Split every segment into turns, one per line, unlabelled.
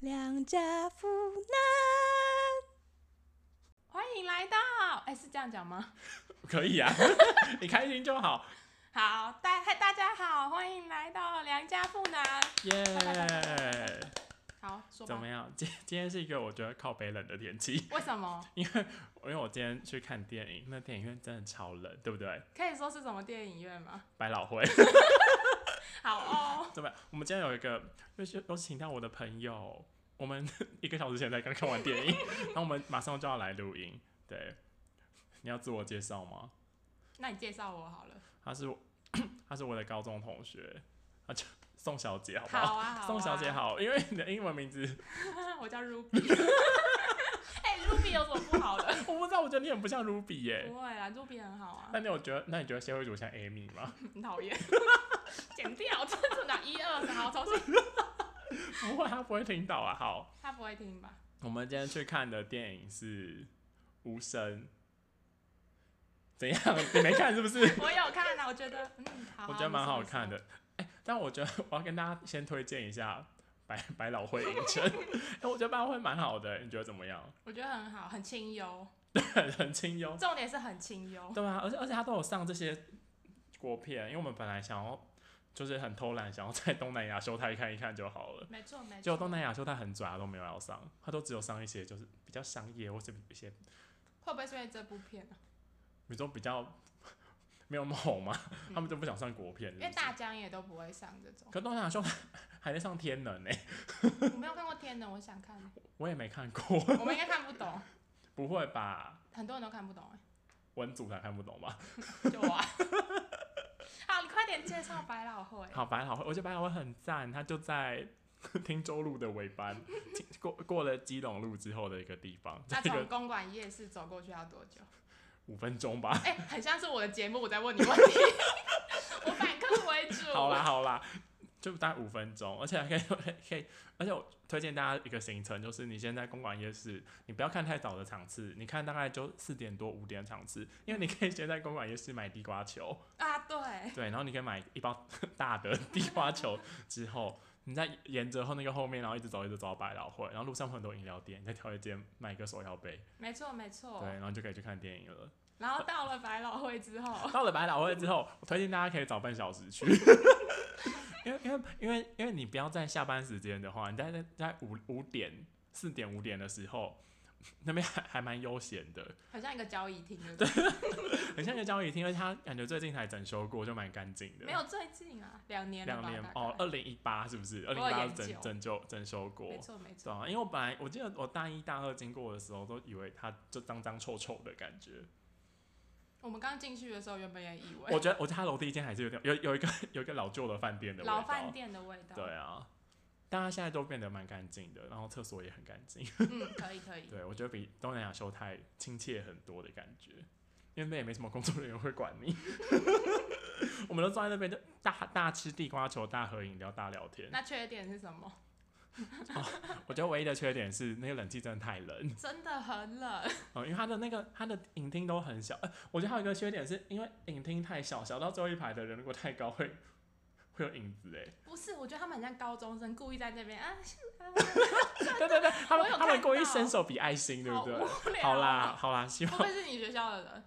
良家妇男。
欢迎来到，哎，是这样讲吗？
可以啊， 你开心就好，
好，大嗨大家好，欢迎来到良家妇男。
耶、
好，说吧
怎么样？今今天是一个我觉得靠北冷的天气，
为什么？
因为因为我今天去看电影，那电影院真的超冷，对不对？
可以说是什么电影院吗？
百老汇
好哦，
怎么样？我们今天有一个，就是有请到我的朋友，我们一个小时前才刚看完电 影，然后我们马上就要来录音，对。你要自我介绍吗？
那你介绍我好了。
她是我 她是我的高中同学，啊，就宋小姐，好不
好啊，好啊啊
宋小姐，好，因为你的英文名字
我叫 Ruby。哎，Ruby 有什么不好的？
我不知道，我觉得你很不像 Ruby 耶、
不会啦，Ruby 很好啊
那，你有觉得，那你觉得谢惠主像 Amy 吗？
很讨厌。剪掉， 这是哪一二三？好，重新。
不会，她不会听到啊。好，
他不会听吧？
我们今天去看的电影是《无声》。怎样？你没看是不是？
我有看啊，我觉得，嗯，好啊，
我觉得蛮 好看
的。
的。哎、但我觉得我要跟大家先推荐一下百百老汇影 城。哎、我觉得百老汇蛮好的、你觉得怎么样？
我觉得很好，很清幽，
很很清幽。
重点是很清幽。
对啊，而且而且他都有上这些国片，因为我们本来想要就是很偷懒，想要在东南亚秀泰看一看就好了。
没错，没
结
错。
果东南亚秀泰很拽，他都没有要上，他都只有上一些就是比较商业或是一些，
会不会是因为这部片啊？
比如说比较没有那么红嘛， 他们就不想上国片是
嗯因
不是
为大疆也都不会上这 种。
可东南亚秀泰还在上天能呢、欸
我没有看过《天能》，我想看，
我也没看过，
我们应该看不懂，
不会吧？
很多人都看不懂哎、
文组才看不懂吧？
就我 啊。好，你快点介绍百老欸汇。
好，百老汇，我觉得百老汇很赞，它就在 汀州路的尾端， 经过过了基隆路之后的一个地方，在
那
一个
从公馆夜市走过去要多久？
五分钟吧。
哎、很像是我的节目，我在问你问 题，我反客为主。
好啦，好啦，就大概五分钟，而且还可以 可以，而且我推荐大家一个行程，就是你先在公馆夜市，你不要看太早的场次，你看大概就四点多五点的场次，因为你可以先在公馆夜市买地瓜球，
啊，对，
对，然后你可以买一包大的地瓜球，之后你再沿着后那个后面，然后一直走一直走到百老汇，然后路上会有很多饮料店，你再挑一间买一个手摇杯，
没错没错。
对，然后就可以去看电影了。
然后到了百老汇之后，
到了百老汇之后，我推荐大家可以早半小时去，因为因为因为因为你不要在下班时间的话，你在在在五五点四点五点的时候，那边还还蛮悠闲的，
很像一个交易厅，对不对？
很像一个交易厅，而且它感觉最近才整修过，就蛮干净的。
没有最近啊，两年了
两
吧？
年
大概
哦，二零一八是不是？
啊我
二
有
零一八
研究
整整修整修过
没，错没
对
错。
啊，因为我本来我记得我大一大二经过的时候，都以为它就脏脏臭臭的感觉。
我们刚进去的时候，原本也以
我
为
觉得我觉得它楼梯间还是有点有有一个有一个老旧的饭店的味道。
老饭店的味道。
对啊，大家现在都变得蛮干净的，然后厕所也很干净。
嗯，可以可以。
对，我觉得比东南亚秀泰亲切很多的感觉，因为那边也没什么工作人员会管你。 我们都坐在那边就大大吃地瓜球、大喝饮料、大聊天。
那缺点是什么？
我觉得唯一的缺点是那个冷气真的太冷，
真的很冷，
嗯，因为它的那个它的影厅都很小。呃，我觉得还有一个缺点是因为影厅太小，小到最后一排的人如果太高会会有影子哎、
不是？我觉得他们很像高中生，故意在那边啊，
对对对，他
我
们
有
他们
看
故意
到
伸手比爱心，对
好啊
不对？
无聊。
好啦，好啦，希
会
望
不会是你学校的人？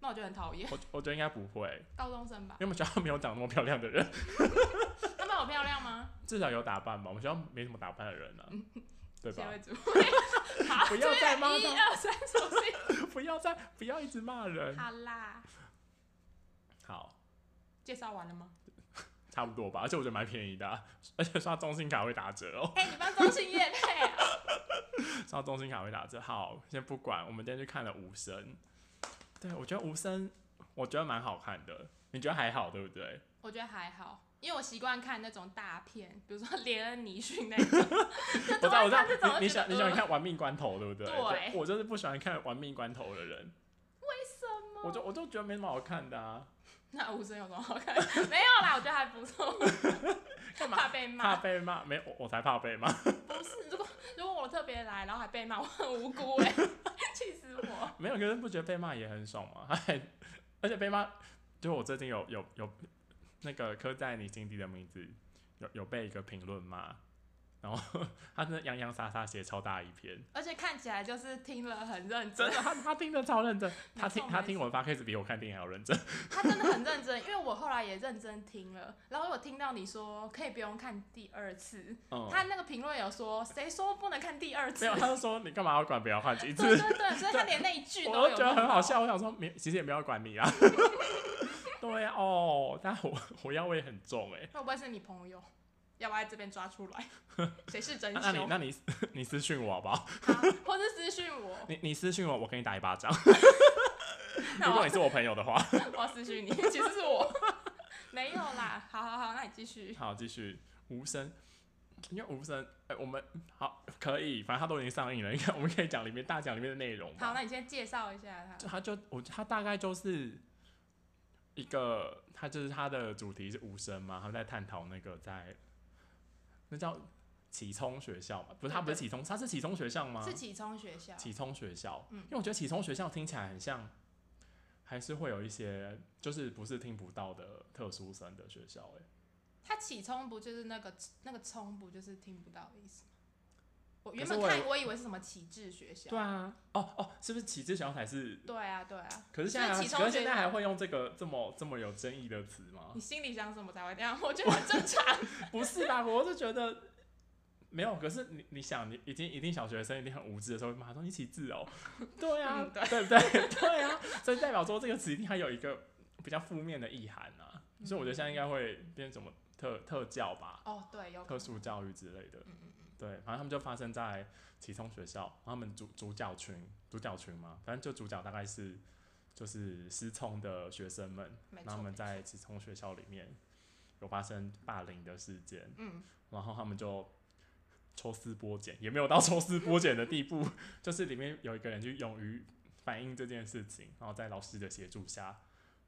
那我就很 讨厌
我我觉得应该不会，
高中生吧
因。为我们学校没有长那么漂亮的人，
他们有漂亮吗？
至少有打扮吧。我们学校没什么打扮的人呢、啊 对
谢
吧
惠？主，
不要再骂
啊一
他，
二三四五六。
不要再不要一直骂人。
好啦，
好，
介绍完了吗？
差不多吧。而且我觉得蛮便宜的啊、而且刷中信卡会打折哦，
哎，你帮中信业配啊？
刷中信卡会打折。好，先不管，我们今天去看了无声。对，我觉得无声，我觉得蛮好看的。你觉得还好，对不对？
我觉得还好，因为我习惯看那种大片，比如说连恩尼逊那 种。就突
我知道，
然
我知道
看这种，
你
就觉
你想
得
你喜欢看玩命关头，对不对？
对
就我就是不喜欢看玩命关头的人，
为什么？
我就我就觉得没什么好看的啊。
那无声有什么好看？没有啦，我觉得还不 错。干嘛怕被
怕
骂？
被骂，没我我才怕被骂。
不是，如果如果我特别来，然后还被骂，我很无辜哎、 气死我！
没有，可是不觉得被骂也很爽吗？ 还而且被骂，就我最近有有有那个刻在你心底的名字，有有被一个评论骂，然后 他真的洋洋洒洒写超大一篇，
而且看起来就是听了很认真
真的，，他他听的超 认真，他听
没错
他听
没
我的 podcast 比我看电影还要 认真。
他真的很认真，因为我后来也认真听了，然后我听到你说可以不用看第二次，
嗯，
他那个评论有说谁说不能看第二
没
次
有，？他就说你干嘛要管不要换几次
对？对对，所以他连那一句都
我
有
都觉得很
弄到
好笑，。我想说没，其实也没有管你啊。 对啊哦，但我我药味很重哎、
会不会是你朋友？要不要在这边抓出 来？谁是真
那那你
凶？
那你你 私讯我好不好？
他或是私讯我，
你你私讯我，我给你打一巴 掌。
那
如果
我
你是我朋友的话，
我要私讯你，其实是我。 没有啦，好好好，那你继续。
好，继续无声，因为无声，哎、我们好可以，反正它都已经上映了，应该我 们可以讲里面大讲里面的内容
好，
吧。
那你先介绍一下他。
就它就我它大概就是一个，它就是它的主题是无声嘛，他们在探讨那个在那叫启聪学校嘛，不是它不是启聪，它是启聪学校吗？
是启聪学校，
启聪学校，
嗯
因为我觉得启聪学校听起来很像，还是会有一些就是不是听不到的特殊生的学校、欸，
他启聪不就是那个那个聪不就是听不到的意思吗？我原
可是
本
我
看我以为是什么启智学校。
对啊，哦哦，是不是启智学校才是？
对啊，对啊，
可是现在还，
所以启聪
可是
学
现在
校
还会用这个这么这么有争议的词吗
你？心里想什么才会这样？我觉得很正常。
不是吧？我是觉得 没有。可是你你想，你已经一定小学生一定很无知的时候，会骂说你启智哦， 对啊，
嗯对
不对？对啊，所以代表说这个词一定还有一个比较负面的意涵啊。所以我觉得现在应该会变成什么特特教吧，
哦，对，有可
特
能
殊教育之类的。
嗯嗯嗯，
对，反正他们就发生在启聪学校，然后他们主主角群主角群嘛，反正就主角大概是就是失聪的学生们，
没
然后他
错。
们在启聪学校里面有发生霸凌的事件，
嗯，
然后他们就抽丝剥茧，也没有到抽丝剥茧的地步， 就是里面有一个人去勇于反映这件事情，然后在老师的协助下，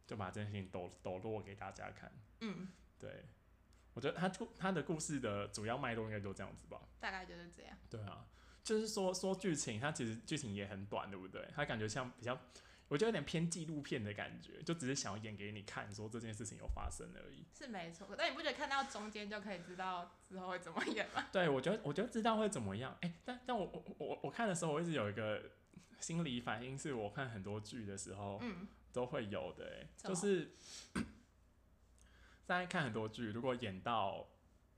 就把这件事情抖抖落给大家看。
嗯，
对，我觉得他故他的故事的主要脉络应该都这样子吧。
大概就是这样。
对啊，就是说说剧情，它其实剧情也很短，对不对？它感觉像比较，我觉得有点偏纪录片的感觉，就只是想要演给你看，说这件事情有发生而已。
是没错，但你不觉得看到中间就可以知道之后会怎么 演吗？
对，我觉得我就知道会怎么样。哎、但但我我我我看的时候，我一直有一个心理反应，是我看很多剧的时候
嗯，
都会有的、哎，
什
就
么
是 在看很多剧，如果演到。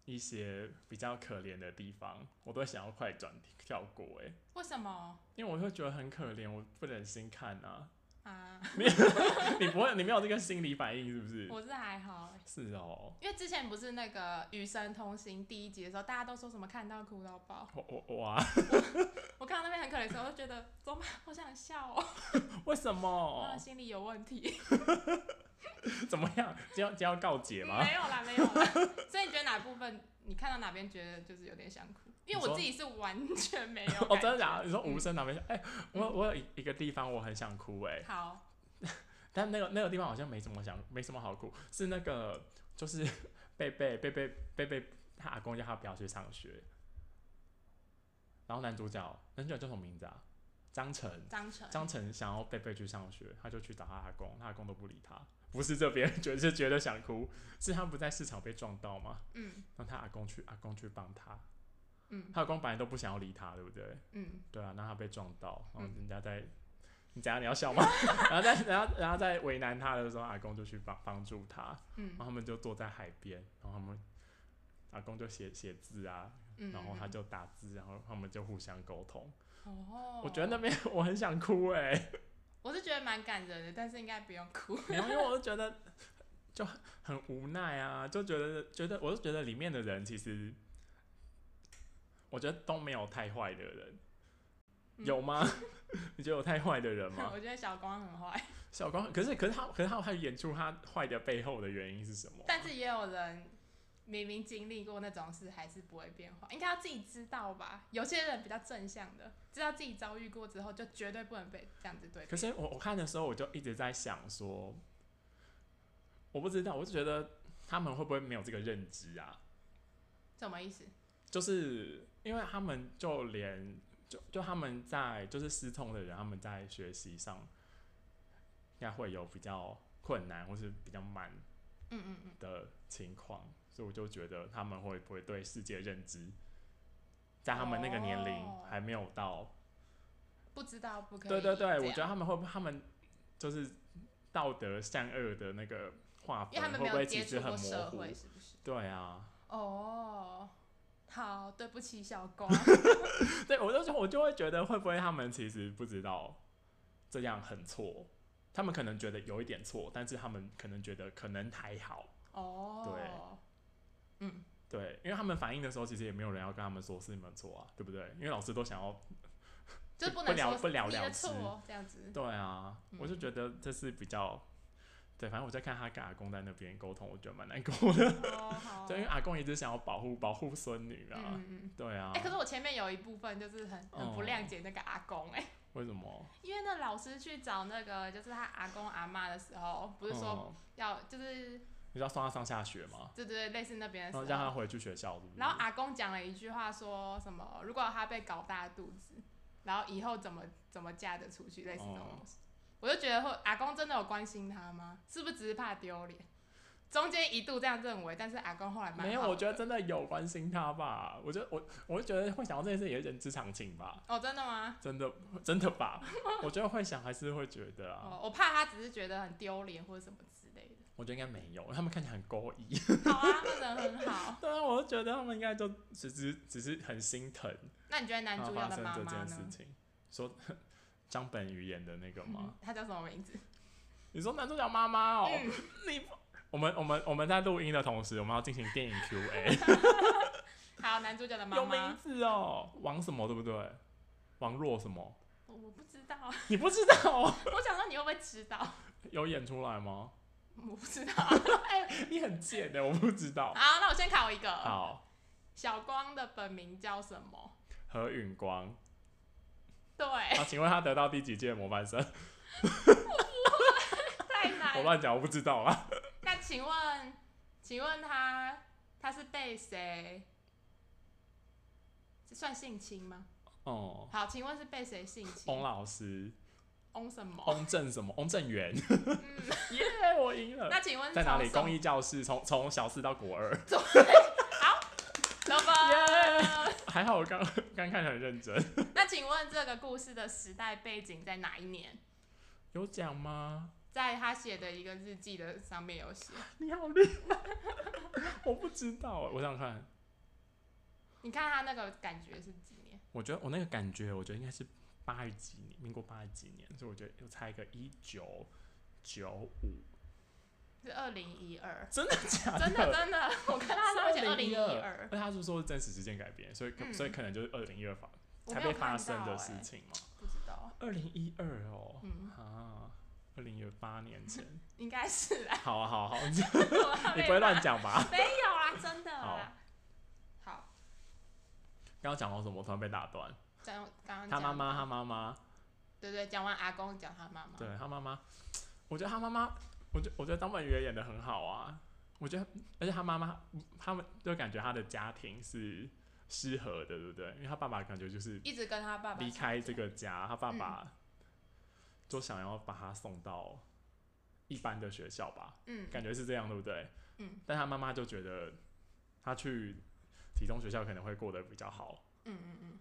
一些比较可怜的地方，我都想要快转跳过哎、
为什么
因为我会觉得很可怜，我不忍心看啊。
啊？
你不会，你没有这个心理反应是不是？
我是还好欸、
是哦，
因为之前不是那个《与神同行》第一集的时候，大家都说什么看到哭到爆，
我我啊哇，
我看到那边很可怜的时候，我就觉得怎么办好想笑哦，
为什么
我？心里有问题。
怎么样？就要就要告解 吗？
没有啦，没有啦。所以你觉得哪部分你看到哪边觉得就是有点想哭？因为
你
我
说
自己是完全没有感觉。嗯
哦，真的假的？你说无声哪边？哎、我我有一一个地方我很想哭哎、
好，
但那个那个地方好像没什么想，没什么好哭，是那个就是 贝贝贝贝贝贝他阿公叫他不要去上学，然后男主角男主角叫什么名字啊？张晨，
张晨，
张晨想要贝贝去上学，他就去找他阿公，他阿公都不理他。不是这边 觉得是觉得想哭，是他不在市场被撞到吗？
嗯
让他阿公去，阿公去帮他。
嗯
他阿公本来都不想要理他，对不对？
嗯，
对啊，那他被撞到，然后人家在，你怎样？你要笑吗？ 然后在，然后然后在为难他的时候，阿公就去帮帮助他，
嗯
然后他们就坐在海边，然后他们阿公就写写字啊，
嗯，
然后他
嗯
就打字，然后他们就互相沟通。
哦，
我觉得那边 我很想哭哎、
我是觉得蛮感人的，但是应该不用哭。
没有，因为我就觉得就很很无奈啊，就觉得觉得我就觉得里面的人其实，我觉得都没有太坏的人，
嗯
有吗？ 你觉得有太坏的人吗？
我觉得小光很坏，
小光，可是可是他可是他他演出他坏的背后的原因是什么？
但是也有人明明经历过那种事，还是不会变坏，应该要自己知道吧。有些人比较正向的，知道自己遭遇过之后，就绝对不能被这样子对待。
可是我我看的时候我就一直在想说，我不知道，我就觉得他们会不会没有这个认知啊？
什么意思？
就是因为他们就连就就他们在就是失聪的人，他们在学习上应该会有比较困难或是比较慢
嗯嗯嗯，
的情况，所以我就觉得他们会不会对世界认知在他们那个年龄
哦
还没有到。
不知道不可以。
对啊对对，我觉得
得，
他们会不会他们就是道德善恶的那个划
因为
分
他们没
会
有
不会其
接
实
触
很
过
模
社
糊
会，？是不是？
对啊，
哦，好，对不起，小瓜。
对我就是我就会觉得会不会他们其实不知道这样很错，他们可能觉得有一点错，但是他们可能觉得可能还好。
哦，嗯，
对，因为他们反应的时候，其实也没有人要跟他们说是你们错啊，对不对？因为老师都想要
就
不
不能
了
说
不了
你
了
的
之
错这样子。
对啊，我
嗯
就觉得这是比较，对，反正我在看他跟阿公在那边沟通，我觉得蛮难过的。
哦，好。
对，因为啊阿公一直想要保护保护孙女啊，
嗯嗯嗯。
对啊
哎、，可是我前面有一部分就是很很不
哦
谅解那个阿公哎、
为什么？
因为那老师去找那个就是他阿公阿妈的时候，不是说
嗯
要就是
你知道送他上下学吗？
对对对类似那边
然
的时
后哦让他
候，
回去学校，是不是？
然后阿公讲了一句话说什么，如果他被搞大肚子，然后以后怎么怎么嫁得出去，类似这种
哦
东西，我就觉得会阿公真的有关心他吗？是不是只是怕丢脸？中间一度这样认为，但是阿公后来蛮
没有，
好
我觉得
的
真的有关心他吧。我觉得我，我就觉得会想到这件事，也是人之常情吧。
哦，真的吗？
真的，真的 吧？我觉得会想，还是会觉得啊。
哦，我怕他只是觉得很丢脸或者什么之类的。
我觉得应该没有，他们看起来很勾引。
好啊，他人很好。
对啊，我就觉得他们应该就只只只是很心疼
那你觉得男
他
主角
发
的
生
妈
这
妈
件事
呢？
情。说 张本鱼演的那个吗？
嗯他叫什么名字？
你说男主角妈妈哦，
嗯
你我们我们我们在录音的同时，我们要进行电影 Q&A，
好，男主角的妈
有名
妈。
字哦，王什么对不对？王若什么？
我哦我不知道，
你不知道、哦？
我想说你会不会知道？
有演出来吗？
我不知道。 哎，
你很贱欸的，我不知道。
好，那我先考一个。
好，
小光的本名叫什么？
何允光，
对，
啊，请问他得到第几届模范生？
太
我
难了。
乱讲，我不知道啊。
那请问，请问他他是被谁？这算性侵吗？
哦，
好，请问是被谁性
翁
侵？
老师，
翁什么？
翁正什么？翁正元，
嗯，
耶，我赢了。
那请问是
在哪
从
里？
什么
公益教室，从从小四到国二，
老板。
还好我刚刚看得很认真。
那请问这个故事的时代背景在哪一年？
有奖吗？
在他写的一个日记的上面有写。
你好厉害！ 我不知道，欸我想想看，
你看他那个感觉是几年？
我觉得我那个感觉，我觉得应该是八十几年，民国八十几年，所以我觉得我猜一个一九九五，
是二零一二，
真的假
真 的真的，我看到他
二
写二零
零
一
二
二，，
那他是说是真实事件改编，所以可、
嗯
所以可能就是二零一二发
我
才
没有
被
看到
发生的
欸
事情嘛。
不知道，
二零一二哦，
嗯
啊，二零一八年前，
应该是啦，
好啊好啊好啊， 你
我还没
不会乱
看？
讲吧？
没有啦，真的啦。好，
刚刚讲到什么？我突然被打断。
讲刚刚
他
讲
妈妈，他，妈妈，
对对，讲完阿公，讲他妈妈，
对啊他妈妈，我觉得他妈妈，我觉我觉得张本鱼也演的很好啊。我觉得，而且他妈妈，他们就感觉他的家庭是失和的，对不对？因为他爸爸感觉就是
一直跟他爸爸
离
吵
开
架
这，个家，他爸爸就想要把他送到一般的学校吧，
嗯
感觉是这样，对不对？
嗯。
但他妈妈就觉得他去体中学校可能会过得比较好，
嗯嗯嗯，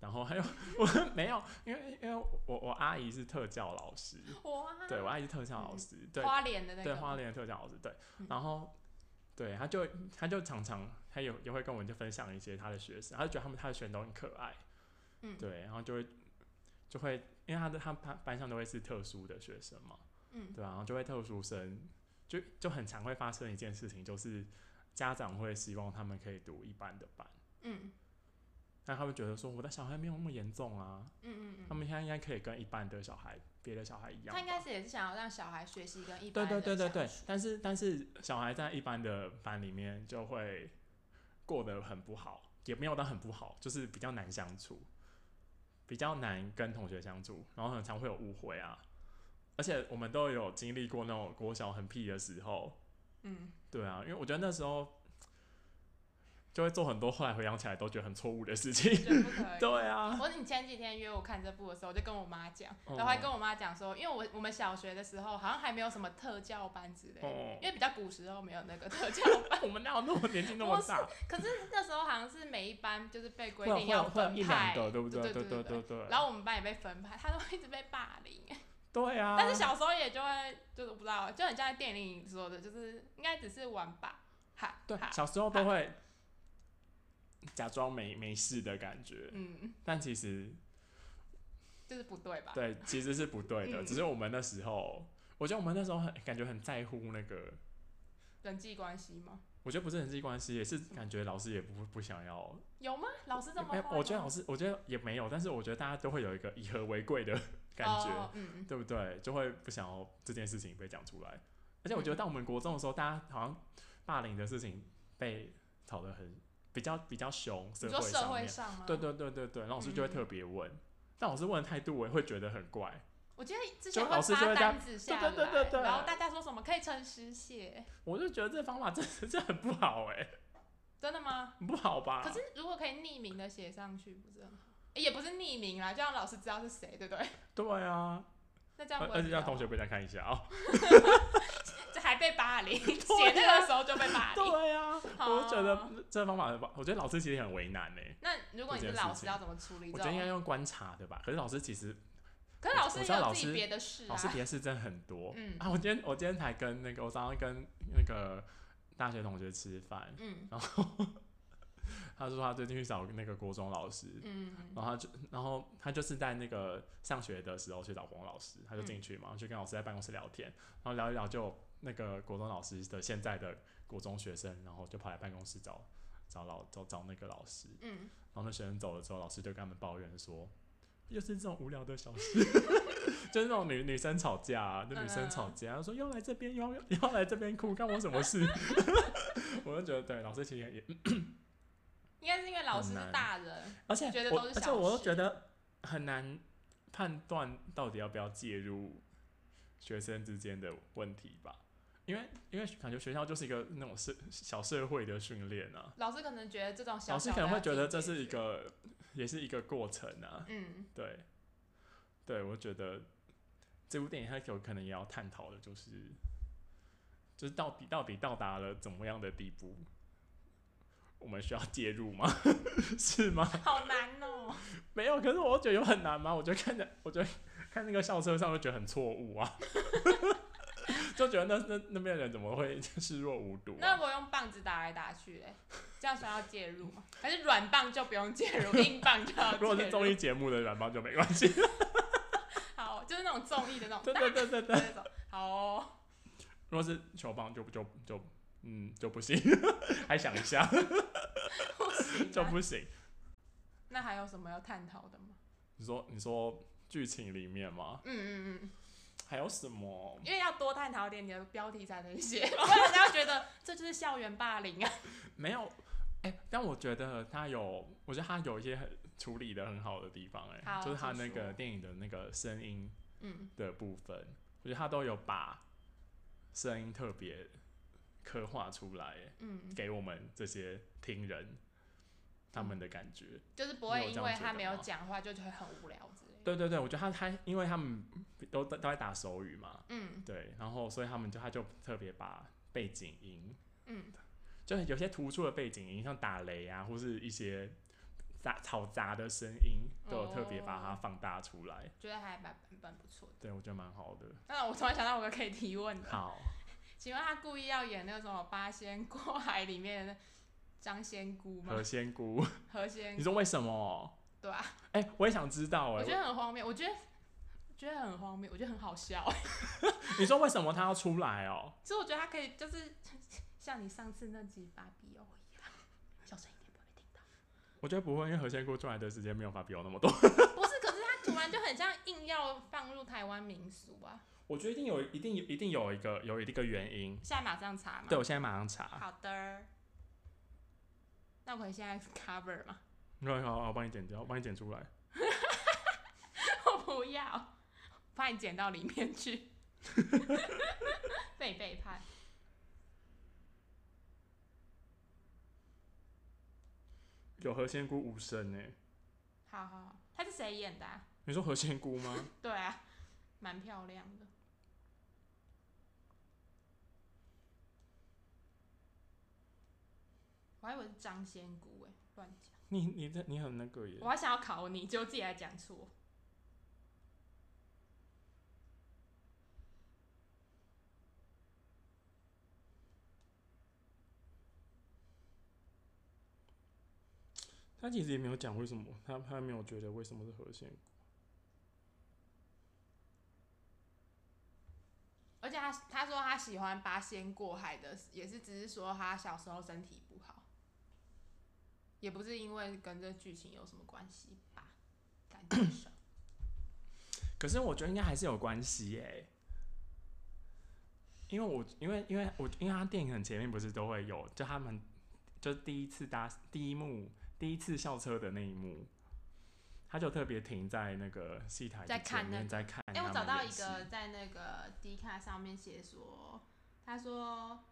然后还有 我没有，因为因为我我阿姨是特教老师，
哇，
嗯对我阿姨是特教老师，对
花莲的那个，
对花莲的特教老师，对
嗯，
然后对他就他就常常他有也会跟我们就分享一些他的学生，他就觉得他们他的学生都很可爱，
嗯
对，然后就会就会因为他的他他班上都会是特殊的学生嘛，
嗯
对吧、啊然后就会特殊生就就很常会发生一件事情，就是家长会希望他们可以读一般的班。
嗯
但他会觉得说，我的小孩没有那么严重啊，
嗯嗯
他
嗯，
们现在应该可以跟一般的小孩、别的小孩一样吧。
他应该是也是想要让小孩学习跟一
对
般
对
人
对对对
相处，
但是但是小孩在一般的班里面就会过得很不好，也没有到很不好，就是比较难相处，比较难跟同学相处，然后很常会有误会啊。而且我们都有经历过那种国小很屁的时候，
嗯。
对啊，因为我觉得那时候就会做很多后来回想起来都觉得很错误的事情。
绝不可以。
对啊，
我你前几天约我看这部的时候，我就跟我妈讲，
哦
然后还跟我妈讲说，因为我我们小学的时候好像还没有什么特教班之类的，
哦啊
因为比较古时候没有那个特教班。
我们哪有那么年纪那么大？
可是那时候好像是每一班就是被规
会有
定
会有
要
会有啊
分
一
派
两，个，对不
对
对
对对
对对啊对。
然后我们班也被分派， 他都一直被霸凌。
对啊，
但是小时候也就会就是我不知道，就很像电影里说的，就是应该只是玩吧，哈，
对
哈，
小时候都会假装没没事的感觉，
嗯，
但其实
就是不对吧？
对其实是不对的，
嗯
只是我们那时候，我觉得我们那时候很感觉很在乎那个。
人际关系吗？
我觉得不是人际关系，也是感觉老师也不不想要。
有吗？老师这么
没有
坏吗
我觉得老师，我觉得也没有，但是我觉得大家都会有一个以和为贵的感觉，
哦、嗯，
对不对？就会不想要这件事情被讲出来。而且我觉
嗯
得到我们国中的时候，大家好像霸凌的事情被吵得很比较比较凶，社
你说
会
社
上
会
面。
上吗？
对对对对对，然后老师就会
嗯
特别问，但老师问的态度我也会觉得很怪。
我觉得之前
就老
会
师就
发
会这样
单子下来，
对对对对对
然后大家说什么可以称师谢，
我就觉得这方法真的 是很不好哎、
真的吗？
很不好吧？
可是如果可以匿名的写上去，不是很好？诶也不是匿名啦，就让老师知道是谁，对不 对？
对啊，
那这样
而
不会
而且
比较
让
好
同学被他看一下哦、
这还被霸 凌，
啊
写那个时候就被霸凌。
对啊，我就觉
好
得这方法很不好，我觉得老师其实很为难呢、
那如果你
这
是
件事
老师，
情
要怎么处理
我
这
觉得应该
种？
用观察的吧。可是老师其实
可是老师
我
也
知道
有
老
自己
师
别的事
老师
啊。
别的事真的很多。
嗯
啊，我今天我今天才跟那个我早上跟那个大学同学吃饭，
嗯
然后 他说他最近去找那个国中老师，
嗯
然后他就，然后他就是在那个上学的时候去找国中老师，他就进去嘛，然后就跟老师在办公室聊天，然后聊一聊就那个国中老师的现在的国中学生，然后就跑来办公室找找老找找那个老师，
嗯，
然后那学生走了之后，老师就跟他们抱怨说，又是这种无聊的小事， 就是那种女女生吵架、啊，那女生吵架，她说要来这边，要要要来这边哭，干我什么事？ 我就觉得对，老师其实也，
应该是因为老师是
很难
大人，
而且
觉得
我
都是
而且
小
我又
事
觉得很难判断到底要不要介入学生之间的问题吧，因为因为感觉学校就是一个那种社小社会的训练啊，
老师可能觉得这种小
老师
小
可能
的
会
要
觉
自己解
得这是一
决
个也是一个过程啊，
嗯
对，对我觉得这部电影它有可能也要探讨的就是。就是到底到底到达了怎么样的地步，我们需要介入吗？ 是吗？
好难哦、
没有，可是我觉得有很难吗？我觉得看着， 我觉得看那个校车上就觉得很错误啊， 就觉得那那那边的人怎么会视若无睹、
那
啊
如？果用棒子打来打去嘞，这样算要介入吗？还是软棒就不用介入，硬棒就要介入？
如果是综艺节目的软包就没关 系。
好，就是那种综艺的那种
对对对对对，
那种。好哦，
如果是球棒就就就嗯就不行， 还想一下
不行啊
就不行。
那还有什么要探讨的吗？
你说你说剧情里面吗？
嗯嗯嗯，
还有什么？
因为要多探讨一点，你的标题才能 写，不然人家觉得这就是校园霸凌啊。
没有。哎、但我觉得他有，我觉得他有一些很处理的很好的地方、哎，
好
就是他
请
那
说
个电影的那个声音，
嗯，
的部分，我觉得他都有把声音特别刻画出来，哎
嗯，
给我们这些听人他们的感觉。
就是不会
你有这
因
样
为
觉
他
得
没有
吗
讲话就觉得很无聊之类的。
对对对，我觉得他他因为他们都都在打手语嘛，
嗯
对，然后所以他们就他就特别把背景音，
嗯，
就是有些突出的背景音，像打雷啊，或是一些杂嘈杂的声音，都有特别把它
哦
放大出来。
觉得还蛮蛮不错的。
对，我觉得蛮好的。
那我突然想到，我有个可以提问的。
好，
请问他故意要演那个什么八仙过海里面的那张仙姑吗
何？仙姑，
何仙
你说为什么？
对啊，
哎、我也想知道
我
哎、
觉得很荒谬，我觉得我觉得很荒谬，我觉得很好笑，
你说为什么他要出来哦？
所以我觉得他可以就是像你上次那集芭比欧一样，小声一点不会被听到。
我觉得不会，因为何仙姑出来的时间没有法比我那么多。
不是，可是他突然就很像硬要放入台湾民俗啊！
我觉得一定有，一定有，一定有一个有一个原因。
现在马上查嘛。
对，我现在马上查。
好的。那我可以现在 cover 吗？
好好，好我帮你剪掉，我帮你剪出来。
我不要，把你剪到里面去，被背叛。
有何仙姑无声呢、
好好好，他是谁演的、啊？
你说何仙姑吗？
对啊，蛮漂亮的。我还以为是张仙姑哎、乱讲。
你你这你很那个耶
我。还想要考你，结果自己还讲错。
他其实也没有讲为什么，他他没有觉得为什么是何仙姑。
而且他他说他喜欢八仙过海的，也是只是说他小时候身体不好，也不是因为跟这剧情有什么关系吧？感觉上，
可是我觉得应该还是有关系耶、因为我因为因为我因为他电影很前面不是都会有，就他们就第一次搭第一幕第一次校车的那一幕，他就特别停在那个戏台
在
的
看
前
那
面
个
在看。
哎、我找到一个，在那个 D 卡上面写说，他说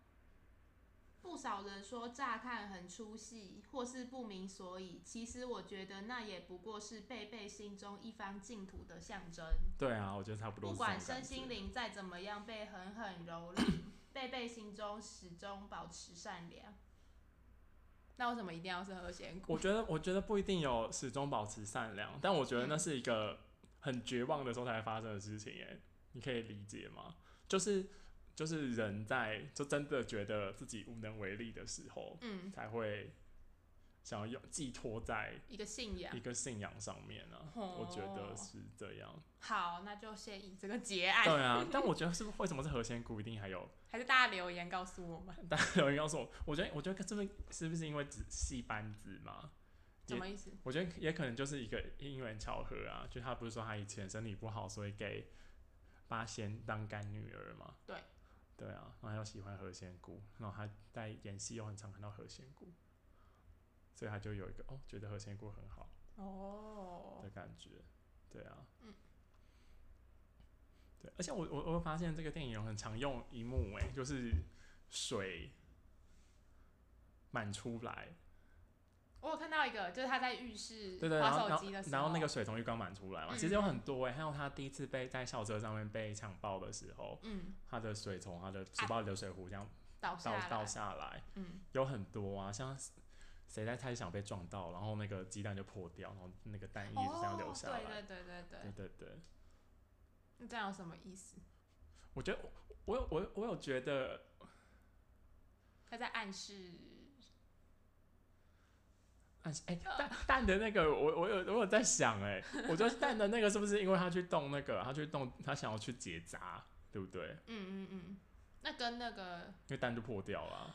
不少人说乍看很出戏，或是不明所以，其实我觉得那也不过是贝贝心中一方净土的象征。
对啊，我觉得差不多
不
是这种
管
感觉。
身心灵再怎么样被狠狠蹂躏，贝贝心中始终保持善良。那为什么一定要是和弦
我？觉得，我觉得不一定有始终保持善良，但我觉得那是一个很绝望的时候才发生的事情。哎，你可以理解吗？就是就是人在就真的觉得自己无能为力的时候，
嗯，
才会想要用寄托在
一个信仰
一。个信仰上面啊。
啊哦
我觉得是这样。
好，那就先以这个结案。
对啊，但我觉得是不是为什么是何仙姑一定还有
还是大家留言告诉我们，
大家有人告诉我，我觉得我觉得是不是是不是因为只系班子嘛？
什么意思？
我觉得也可能就是一个因缘巧合啊，就他不是说他以前身体不好，所以给八仙当干女儿嘛。
对。
对啊，然后又喜欢何仙姑，然后他在演戏又很常看到何仙姑，所以他就有一个哦，觉得何仙姑很好
哦
的，感觉。对啊。
嗯。
对，而且我我我发现这个电影有很常用一幕、欸，就是水满出来，
我有看到一个，就是他在浴室
对对，然
划
后然
手
后
机的时候，
然后那个，水从浴缸满出来嘛，其实有
嗯
很多哎、还有他第一次被在校车上面被抢爆的时候，
嗯，
他的水从他的水包里的水壶这样
倒啊下
倒
来，
倒下来，
嗯，
有很多啊，像谁在猜想被撞到，然后那个鸡蛋就破掉，然后那个蛋液就这样流下来，
哦、对对对对
对
对，
对对，
那这样有什么意思？
我觉得我我有我有我有觉得
他在暗示，
但是哎、
呃
蛋蛋的那个，我我有我有在想哎、我觉得蛋的那个是不是因为他去动那个，他去动他想要去结扎，对不对？
嗯嗯嗯，那跟那个
因为蛋就破掉了啊、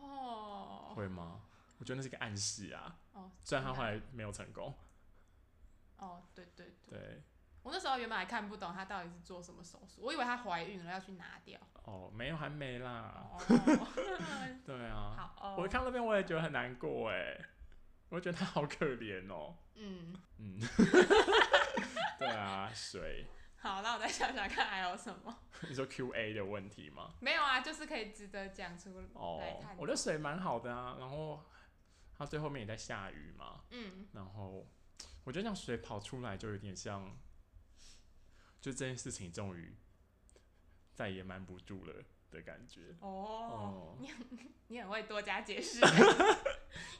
哦，
会吗？我觉得那是一个暗示啊，
哦，
虽然他后
真的啊
来没有成功。
哦，对对对，
对，
我那时候原本还看不懂她到底是做什么手术，我以为她怀孕了要去拿掉。
哦，没有，还没啦。
哦，
对啊，
好哦，
我看到那边我也觉得很难过哎，我觉得他好可怜哦。
嗯，
嗯，对啊，水，
好，那我再想想看还有什么。
你说 Q A 的问题吗？
没有啊，就是可以值得讲出来
哦
看。，
我觉得水蛮好的啊，然后它最后面也在下雨嘛，
嗯，
然后我觉得这样水跑出来就有点像，就这件事情终于再也瞒不住了的感觉。
哦，
哦，
你很会多加解 释。
我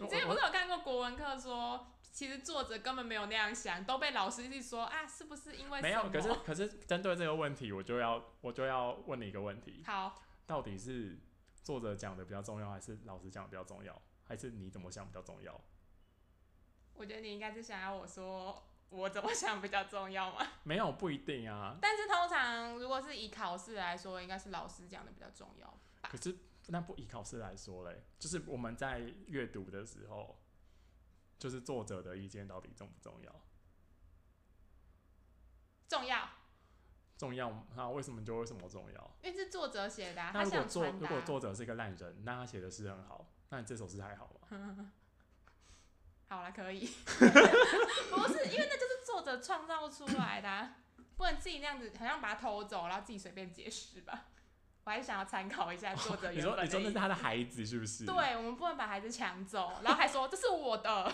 你之前不
我
是有看过国文课说，其实作者根本没有那样想，都被老师一直说啊，是不是因为
没
什
有，
么
可是可是针对这个问题，我就要我就要问你一个问题：
好，
到底是作者讲的比较重要，还是老师讲的比较重要，还是你怎么想比较重要？
我觉得你应该是想要我说我怎么想比较重要嘛。
没有，不一定啊。
但是通常如果是以考试来说，应该是老师讲的比较重要。
可是那不以考试来说嘞，就是我们在阅读的时候，就是作者的意见到底重不重要？
重要，
重要吗？那为什么就为什么重要？
因为是作者写的、啊，
那
他
如果
想
作
传达。
如果作者是一个烂人，那他写的诗很好，那你这首诗还好吗？
好了， 可以，不是因为那就是作者创造出来的、啊，不能自己那样子，好像把它偷走，然后自己随便解释吧。我我还是想要参考一下作者
你
原本
说
的
哦你说那
意
是他的孩子是不是？。
对，我们不能把孩子抢走，然后还说这是我的，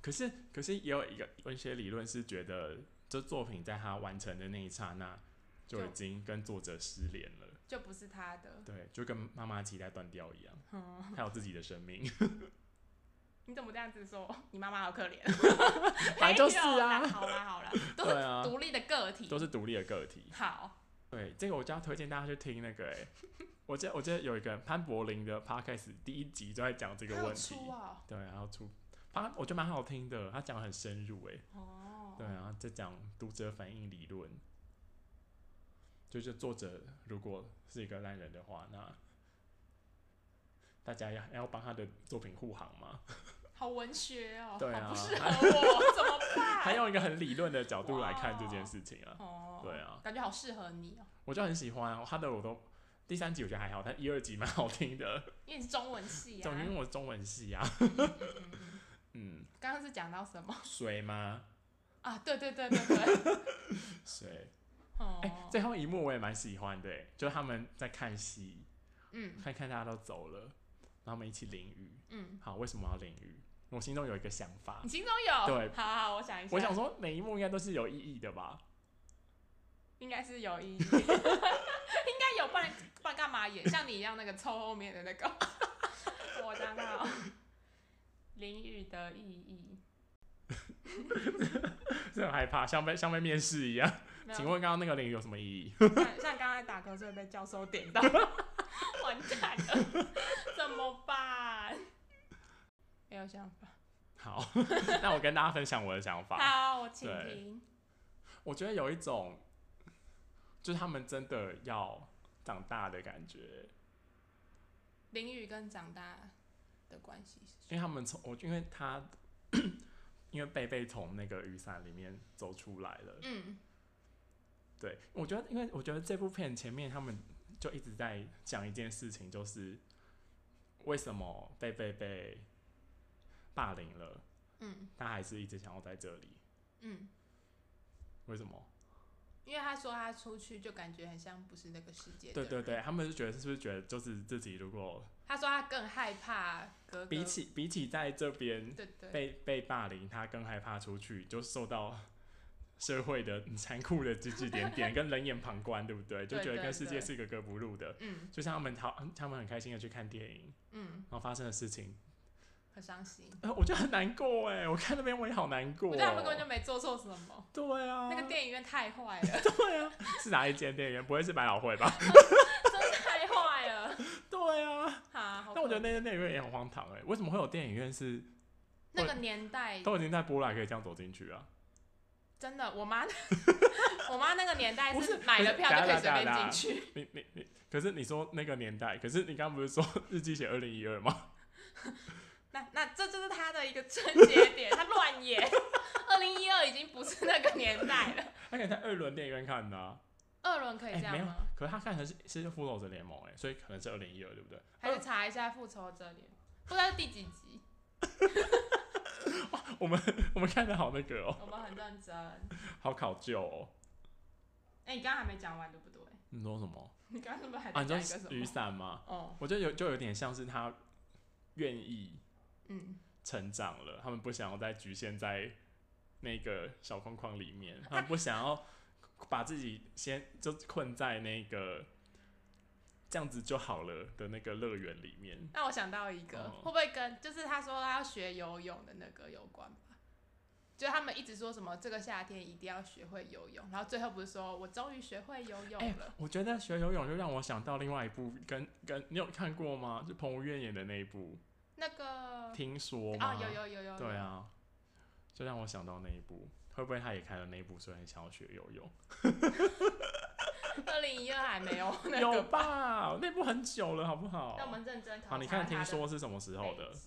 可是可是也有一个有一些理论是觉得，这作品在他完成的那一刹那就
就
已经跟作者失联了。
就不是他的。
对，就跟妈妈脐带断掉一样，
嗯，
他有自己的生 命，
你怎么这样子说？你妈妈好可怜。
反正就是
没有啦
啊，
好啦好啦，都
对
是
啊，
独立的个体。
都是独立的个体。
好，
对，这个我就要推荐大家去听那个、欸， 我记得我记得有一个潘柏林的 podcast 第一集就在讲这
这
个问题，
出哦。
对，然后出，他我觉得蛮好听的，他讲得很深入、欸，
哦，
对，然后在讲读者反应理论，就是作者如果是一个烂人的话，那大家要要帮他的作品护航嘛。
好文学哦，
对啊
好不适合我，怎么 办？
他用一个很理论的角度来看这件事情啊，
哦，
对啊，
感觉好适合你哦，
我就很喜欢、啊、他的，我都第三集我觉得还好，但一二集蛮好听的，
因为你是中文系啊
总。因为我是中文系啊，
嗯嗯
嗯，
刚刚是讲到什么
水吗？
啊？对对对对 对，
水，
哦
哎、，最后一幕我也蛮喜欢的、欸，就是他们在看戏，
嗯
看看大家都走了，然后我们一起淋雨。
嗯，
好，为什么要淋雨？我心中有一个想法
你，心中有？
对
好好好，我想一下，
我想说每一幕应该都是有意义的吧？
应该是有 意义，应该有，不然不然干嘛演？像你一样那个凑后面的那 个，我想到淋雨的意义。
是很害怕，像被像被面试一样。
没有
请问刚刚那个淋雨有什么意义？
像像刚才打瞌睡被教授 点到，完蛋了，怎么办？没有想法。
好， 那我跟大家分享我的想法。
好，我请
对
听。
我觉得有一种，就是他们真的要长大的感觉，
淋雨跟长大的关系是什
因为他们从我，因为他， 因为贝贝从那个雨伞里面走出来了
么。嗯，
对，我觉得，因为我觉得这部片前面他们就一直在讲一件事情，就是为什么贝贝被霸凌了，
嗯
他还是一直想要在这里，
嗯，
为什么？
因为他说他出去就感觉很像不是那个世界的
对
人。
对对，他们是觉得是不是觉得就是自己如果
他说他更害怕格格。
比起比起在这边
对对
被被霸凌，他更害怕出去，就受到社会的残酷的指指 点点，跟冷眼旁观，对不对？就
对
觉得
对
跟世界
对
是格格不入的。
嗯
就像他们好，他们很开心的去看电影，
嗯，
然后发生的事情，
很伤心。
呃，我觉得很难过哎，我看那边我也好难过
我
哦。
觉得他们根本就没做错什么，
对啊，
那个电影院太坏了，
对啊，是哪一间电影院？不会是百老汇吧？
真的太坏了。
对啊，
啊，好
但我觉得
可
那间电影院也很荒唐哎，为什么会有电影院是
那个年代
都已经在波兰可以这样走进去啊？
真的，我妈 我妈那个年代
不
是买了票
等
就可
下
以随
等下
便进
等下
去，
你你你，可是你说那个年代，可是你刚刚不是说 日记写二零一二吗？
那那这就是她的一个症结点，她乱演。二零一二已经不是那个年代了，
他可能在二轮电影院看的、啊，
二轮可以
哎
这样
没有
吗？
可是他看的是是《复仇者联盟》哎，所以可能是二零一二，对不对？
还是查一下《复仇者联盟》，不知道是第几集，
我们 我们看的好那个哦、
我们很认真。
好考究哦、
哎、你刚刚还没讲完对不 对？
你说什么？
你刚刚是不是还
啊，
在
你
讲一
说
个什
雨
么？
伞吗？
哦，
我觉得有就有点像是他愿意
嗯，
成长了，他们不想要再局限在那个小框框 里面，他们不想要把自己先就困在那个这样子就好了的那个乐园里面。
那我想到一个，
哦
会不会跟就是他说他要学游泳的那个有关吧？就他们一直说什么这个夏天一定要学会游泳，然后最后不是说我终于学会游泳
哎
了？
我觉得学游泳就让我想到另外一部跟跟你有看过吗？就彭于晏演的那一部，
那个
听说吗？
啊，有有有有，
对，啊，就让我想到那一部。会不会他也看了那一部，所以很想要学游泳？
二零一二还没 有那
有
个。
吧？那部很久了，好不好？
那我们认真考察
好，你看，
它的
听说是什么时候
背
的？
景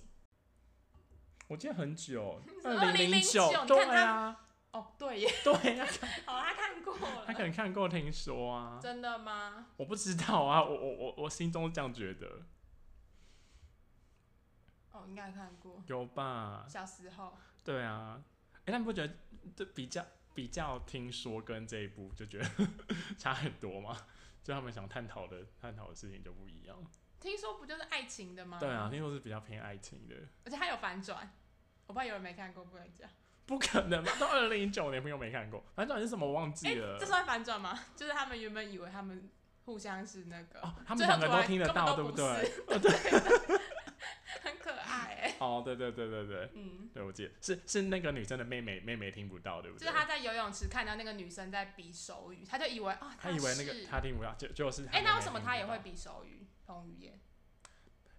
我记得很久，
是
零
2009
对
你看他
啊，
哦，对 耶，
对呀、
好，哦他看过了，
他可能看过听说啊，
真的吗？
我不知道啊，我我我我心中这样觉得，
哦，应该看过，
有吧？
小时候
对啊，哎、那你不觉得 这比较比较听说跟这一部就觉得差很多吗？就他们想探讨的探讨的事情就不一样。
听说不就是爱情的吗？
对啊，，听说是比较偏爱情的，
而且它有反转，我不知道有人没看过，不能讲。
不可能吧？到二零零九年朋友没看过，反正是什么我忘记
哎、
了
这。算反转吗？就是他们原本以为他们互相是那个，
哦，他
最
们
后
两个
突然
听得
根本
到，
都
对
不
对？
很可爱、欸。
哦，对对对对对，
嗯，
对我记得是是那个女生的妹妹，妹妹听不到，对不
就
对
是？他在游泳池看到那个女生在比手语，他就以为哦，
她以为那个
是
她听不到，就就是她
哎、
妹
那
妹
为什么
听
他
不
也
到
会比手语？彭于晏，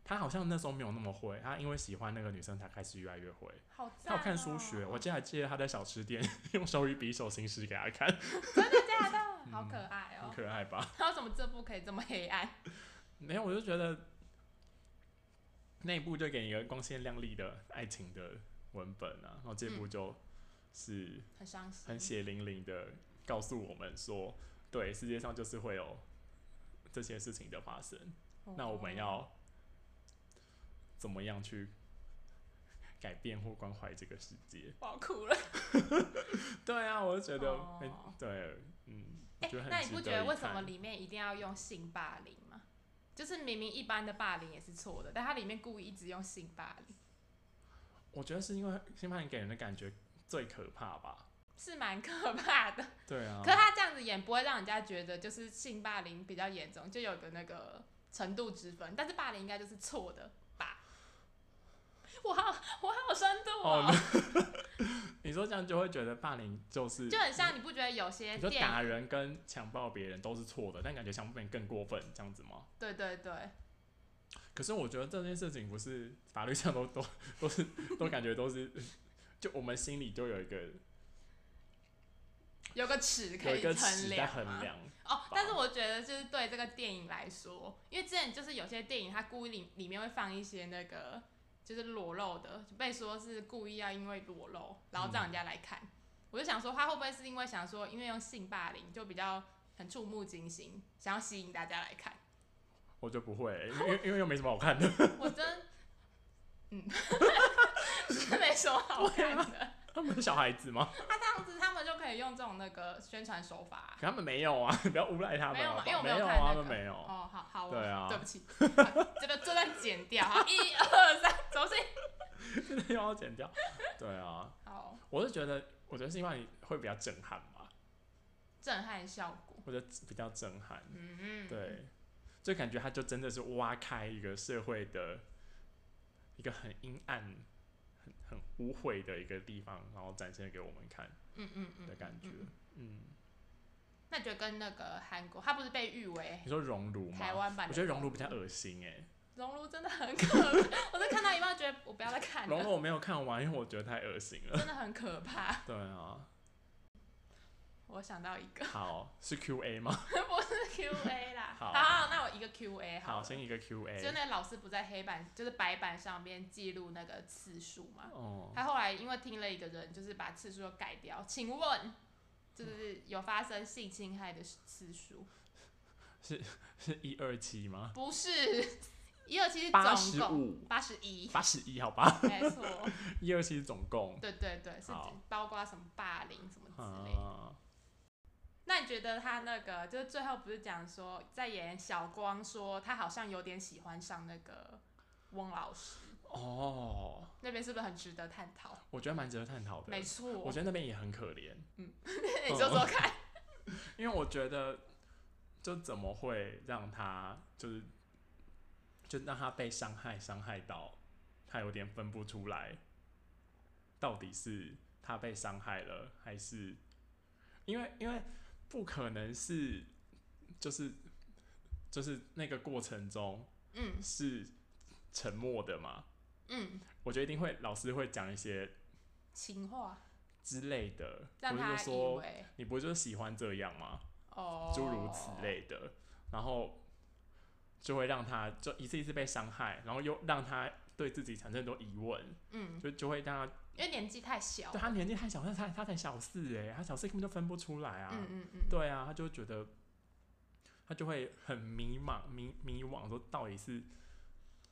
他好像那时候没有那么会，他因为喜欢那个女生才开始越来越会。
好
他
赞、
有
哦！
看书学，我记得还记得他在小吃店 用手语比手形式给他看，
真的假 的？好可爱
嗯很
哦、
可爱吧？
他为什么这部可以这么黑暗？
没有，我就觉得那一部就给你一个光鲜亮丽的爱情的文本啊，然后这
嗯
部就是
很伤心，
很血淋淋的告诉我们说，对，世界上就是会有这些事情的发生，
哦
那我们要怎么样去改变或关怀这个世界？
我要哭了。
对啊，我就觉得很、
哦
对，嗯，我
哎、
觉得很
那你
值
不觉
得
得
一
为什
看
么里面一定要用性霸凌吗？就是明明一般的霸凌也是错的，但它里面故意一直用性霸凌，
我觉得是因为新曼给人的感觉最可怕吧？
是蛮可怕的。
对啊
可，是他这样子演不会让人家觉得就是性霸凌比较严重，就有个那个程度之分。但是霸凌应该就是错的吧？ 我好我好深度
哦
哦，
你说这样就会觉得霸凌就是
就很像你不觉得有些
你说
电影
打人跟强暴别人都是错的，但感觉强暴别人更过分这样子吗？
对对对，
可是我觉得这件事情不是法律上都 都都是都感觉都是，就我们心里就有一个
有个尺可
有一
以
个尺
衡
在
量
衡
吗
量，
哦，但是我觉得就是对这个电影来说，因为之前就是有些电影它故意里里面会放一些那个就是裸露的，就被说是故意要因为裸露，然后让人家来看。
嗯
我就想说，他会不会是因为想说，因为用性霸凌就比较很触目惊心，想要吸引大家来看？
我就不会，因为因为又没什么好看的，
我真，嗯， 是没什么好看的。
他们是小孩子吗？
他这样子，他们就可以用这种那个宣传手法啊、
可他们没有啊，不要诬赖他们
没有
好
嘛，
不
因为
好，
我
没
有看
啊
那
他
个。
们没有，
哦，好好，我
对啊
对不起，好这个这段剪掉，好，一二三，走进。
又要剪掉。对啊，
好，
我是觉得，我觉得是因为会比较震撼吧，
震撼效果，
我觉得比较震撼。
嗯，，
对，就感觉他就真的是挖开一个社会的一个很阴暗、很很污秽的一个地方，然后展现给我们看
嗯嗯嗯
的感觉
嗯嗯嗯。
嗯，
那你觉得跟那个韩国，他不是被誉为
你说熔炉吗？
台湾版的？
我觉得熔炉比较，恶心哎、
熔炉真的很可怕， 我在看到一半觉得我不要再看
熔
了，
炉我没有看完，因为我觉得太恶心 了。
真的很可怕。
对啊，
我想到一个，
好，是 Q A 吗？
不是 Q A 啦，
好
那我一个 Q A
好，
了
先一个 Q
就
A。
那老师不在黑板，就是白板上面记录那个次数嘛，
哦，
他后来因为听了一个人，就是把次数都改掉。请问，就是有发生性侵害的次数？
是一二七吗？
不是， 一二七是
八
总
十
共
五，
八十 一，
八十一，好吧。
没错，
一二七总共
对对对，是
好
包括什么霸凌什么之类的。
啊，
那你觉得他那个，就是最后不是讲说在演小光说他好像有点喜欢上那个翁老师，
哦，
那边是不是很值得探讨？
我觉得蛮值得探讨的
没。错，
我觉得那边也很可怜，
你说说看，
因为我觉得就怎么会让他就是就让他被伤害，伤害到他有点分不出来，到底是他被伤害了，还是因为因为不可能是就是就是那个过程中
嗯
是沉默的嘛？
嗯，
我觉得一定会老师会讲一些
情话
之类的，
让
或者
他
是
以
说
为
你不就是喜欢这样吗？
哦，
诸如此类的，然后就会让他就一次一次被伤害，然后又让他对自己产生很多疑问，
嗯，
就就会让他
因为年纪太小
对。他年纪太小，他才他才小四哎、他小四根本就分不出来啊，
嗯嗯嗯，
对啊，他就觉得他就会很迷茫迷迷惘，说到底是。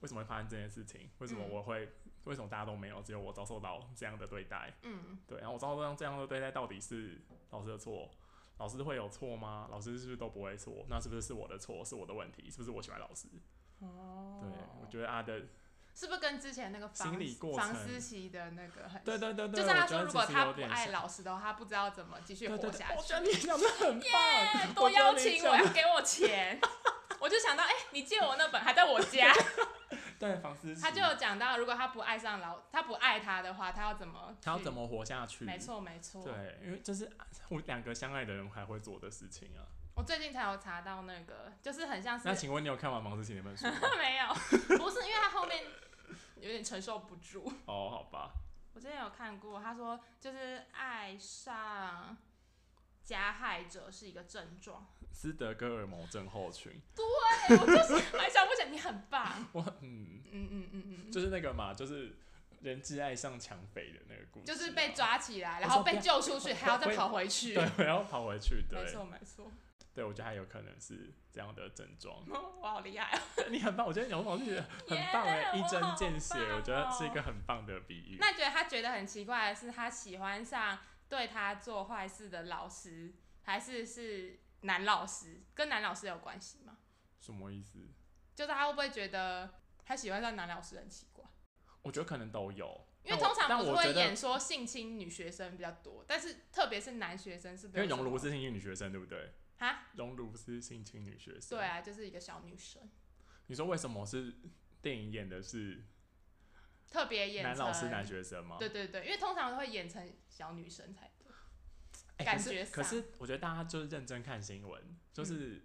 为什么会发生这件事情？为什么
嗯我
我会？为什么大家都没有，只有我遭受到这样的对待？
嗯，
对，然后我遭受到这样的对待到底是老师的错，老师会有错吗？老师是不是都不会错？那是不是是我的错？是我的问题？是不是我喜欢老师？
哦，
对，我觉得阿的，
是不是跟之前那个房
心理过程
房思琪的那个很
对
像？
对对对，
就是他
我觉
说，
得
如果
其实
他
有
不
点
爱
像
老师的话，他不知道怎么继续
对
活
对
下
对，我
去
觉。得你讲的很棒，
多邀请我，
我觉得
要给我钱。我就想到，哎、你借我那本还在我家。
你讲得。对，房思琪，
他就有讲到，如果他不爱上老，他不爱他的话，他要怎么？
他要怎？么活下去？
没。错，没错。
对，因为这是我两个相爱的人还会做的事情啊。
我最近才有查到那个，就是很像是
那请问你有看完房思琪那本书吗？
没有，不是因为他后面有点承受不住。
哦，好吧，
我之前有看过，他说就是爱上加害者是一个症状。
斯德哥尔摩症候群，
对，我就是 还想不起来，你很棒。
我嗯，
嗯嗯嗯嗯
就是那个嘛，就是人质爱上抢匪的那个故
嗯，
事、啊
就是被。抓起来，然
我
后
说不
被
要
救出去，还要 再
我
跑回去。
对，我要跑回去。对
没，错没错，
对，我觉得还有可能是这样的症状。
我好厉害、哦。
你很棒，我觉得牛毛是很棒哎
Yeah，
一针
我好
见血，
棒
我觉得是一
哦
个很棒的比喻。
那觉得他觉得很奇怪的是，他喜欢上对他做坏事的老师，还是是男老师？跟男老师有关系吗？
什么意思？
就是他会不会觉得他喜欢上男老师很奇怪？
我觉得可能都有，
因为
但
通
我
常
但
不是
我觉
会
得
演说性侵女学生比较多，但是特别是男学生是不是
因为
有什么？
熔炉是性侵女学生，对不对？
啊，
熔炉是性侵女学生。
对啊，就是一个小女生，
你说为什么是电影演的是
特别演
男老师
成
男学生吗？
对对对，因为通常会演成小女生才对。
哎，
感
可是
觉
可
上
是我觉得大家就是认真看新闻，就是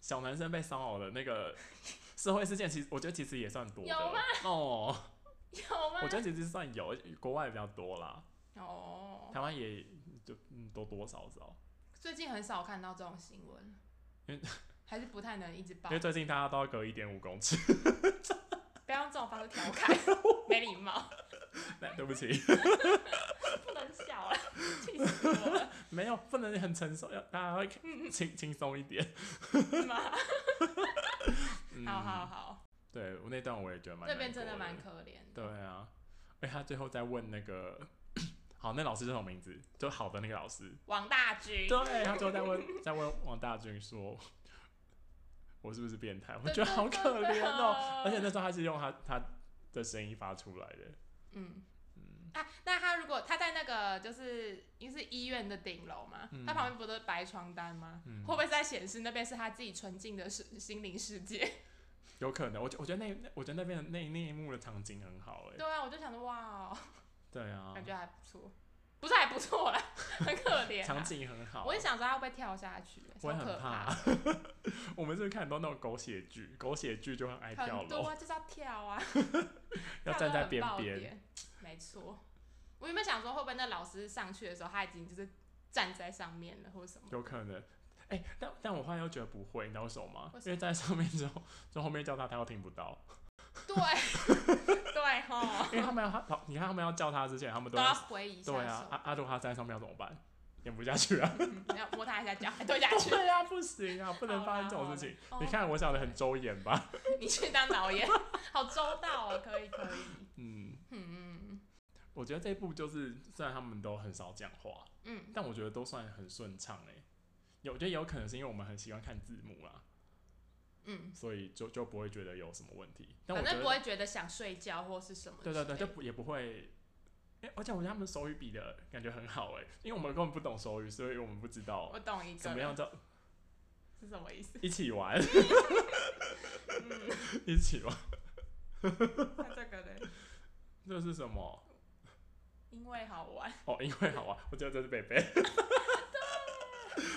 小男生被骚扰的 那个社会事件，其实我觉得其实也算多的
有吗
哦，
有吗
我？觉得其实算有，国外比较多啦，
哦，
台湾也就嗯多多少少，
最近很少看到这种新闻
因为，
还是不太能一直报
因为，最近大家都要隔一点五公尺，
不要用这种方式调侃，没礼貌，
那对不 起，
不能笑 了，气死我了，
没有不能很成熟，要大家
嗯
会轻轻松一点。
是吗？
嗯，
好好好，
对我那段我也觉得蛮
这边
难
真的
过
蛮可怜的。
对啊，而且他最后在问那个， 好，那老师叫什么名字？就好的那个老师。
王大军，
对，啊他最后在问，在问王大军说，我是不是变态？我
真
觉得
的
好可
真
怜
的
哦。而且那时候他是用他他的声音发出来的，
嗯。
嗯，
啊，那他如果他在那个就是因为是医院的顶楼嘛，
嗯
他旁边不都是白床单吗？
嗯
会不会是在显示那边是他自己纯净的世心灵世界？
有可能。我觉我觉得那那我觉得那边的那那一幕的场景很好哎、
对啊，我就想说哇哦，
对啊，
感觉还不错，不是还不错啦，很可怜啊。
场景很好。
我也想说他会不会跳下去，欸
我也
超
很
可
怕。 我们是不是看很多那种狗血剧？狗血剧就很爱
怕
跳
很多
楼，
啊，就是要跳啊，
要
跳
站
到
在
很
边
爆
边。
点，没错。我原本想说会不会那老师上去的时候他已经就是站在上面了或者什么，
有可能。哎、但但我后来又觉得不会，你知道为什么吗？
为什
因为在上面之后，就后面叫他，他又听不到，
对 对吼，
因为他们要他跑，你看他们要叫他之前，他们都
都要回一下
对
手
啊，，阿阿杜他在上面要怎么办？演不下 去啊！
嗯你要摸他一下脚， 还蹲下去，
对啊，不行啊， 不能
好
发
啦
生这种
好
事情。
啦
你
哦
看我想的很周延吧？
你去当导演，好周到哦，可以可以，
嗯，
嗯
我觉得这部就是虽然他们都很少讲话，
嗯嗯，
但我觉得都算很顺畅哎。有，我觉得有可能是因为我们很喜欢看字幕啦，
嗯，
所以就就不会觉得有什么问题。但我
反
觉
正
得
不会觉得想睡觉或是什么之
对
类
对
的，
对，就不也不会。哎、而且我觉得他们手语比的感觉很好哎、因为我们根本不懂手语，所以我们不知道
我懂一个
怎么样
了
叫
是什么意思，
一起玩，
嗯，
一起玩，
那这个呢？
这是什么？
因为好玩，
哦，因为好玩， 我觉得这是贝贝。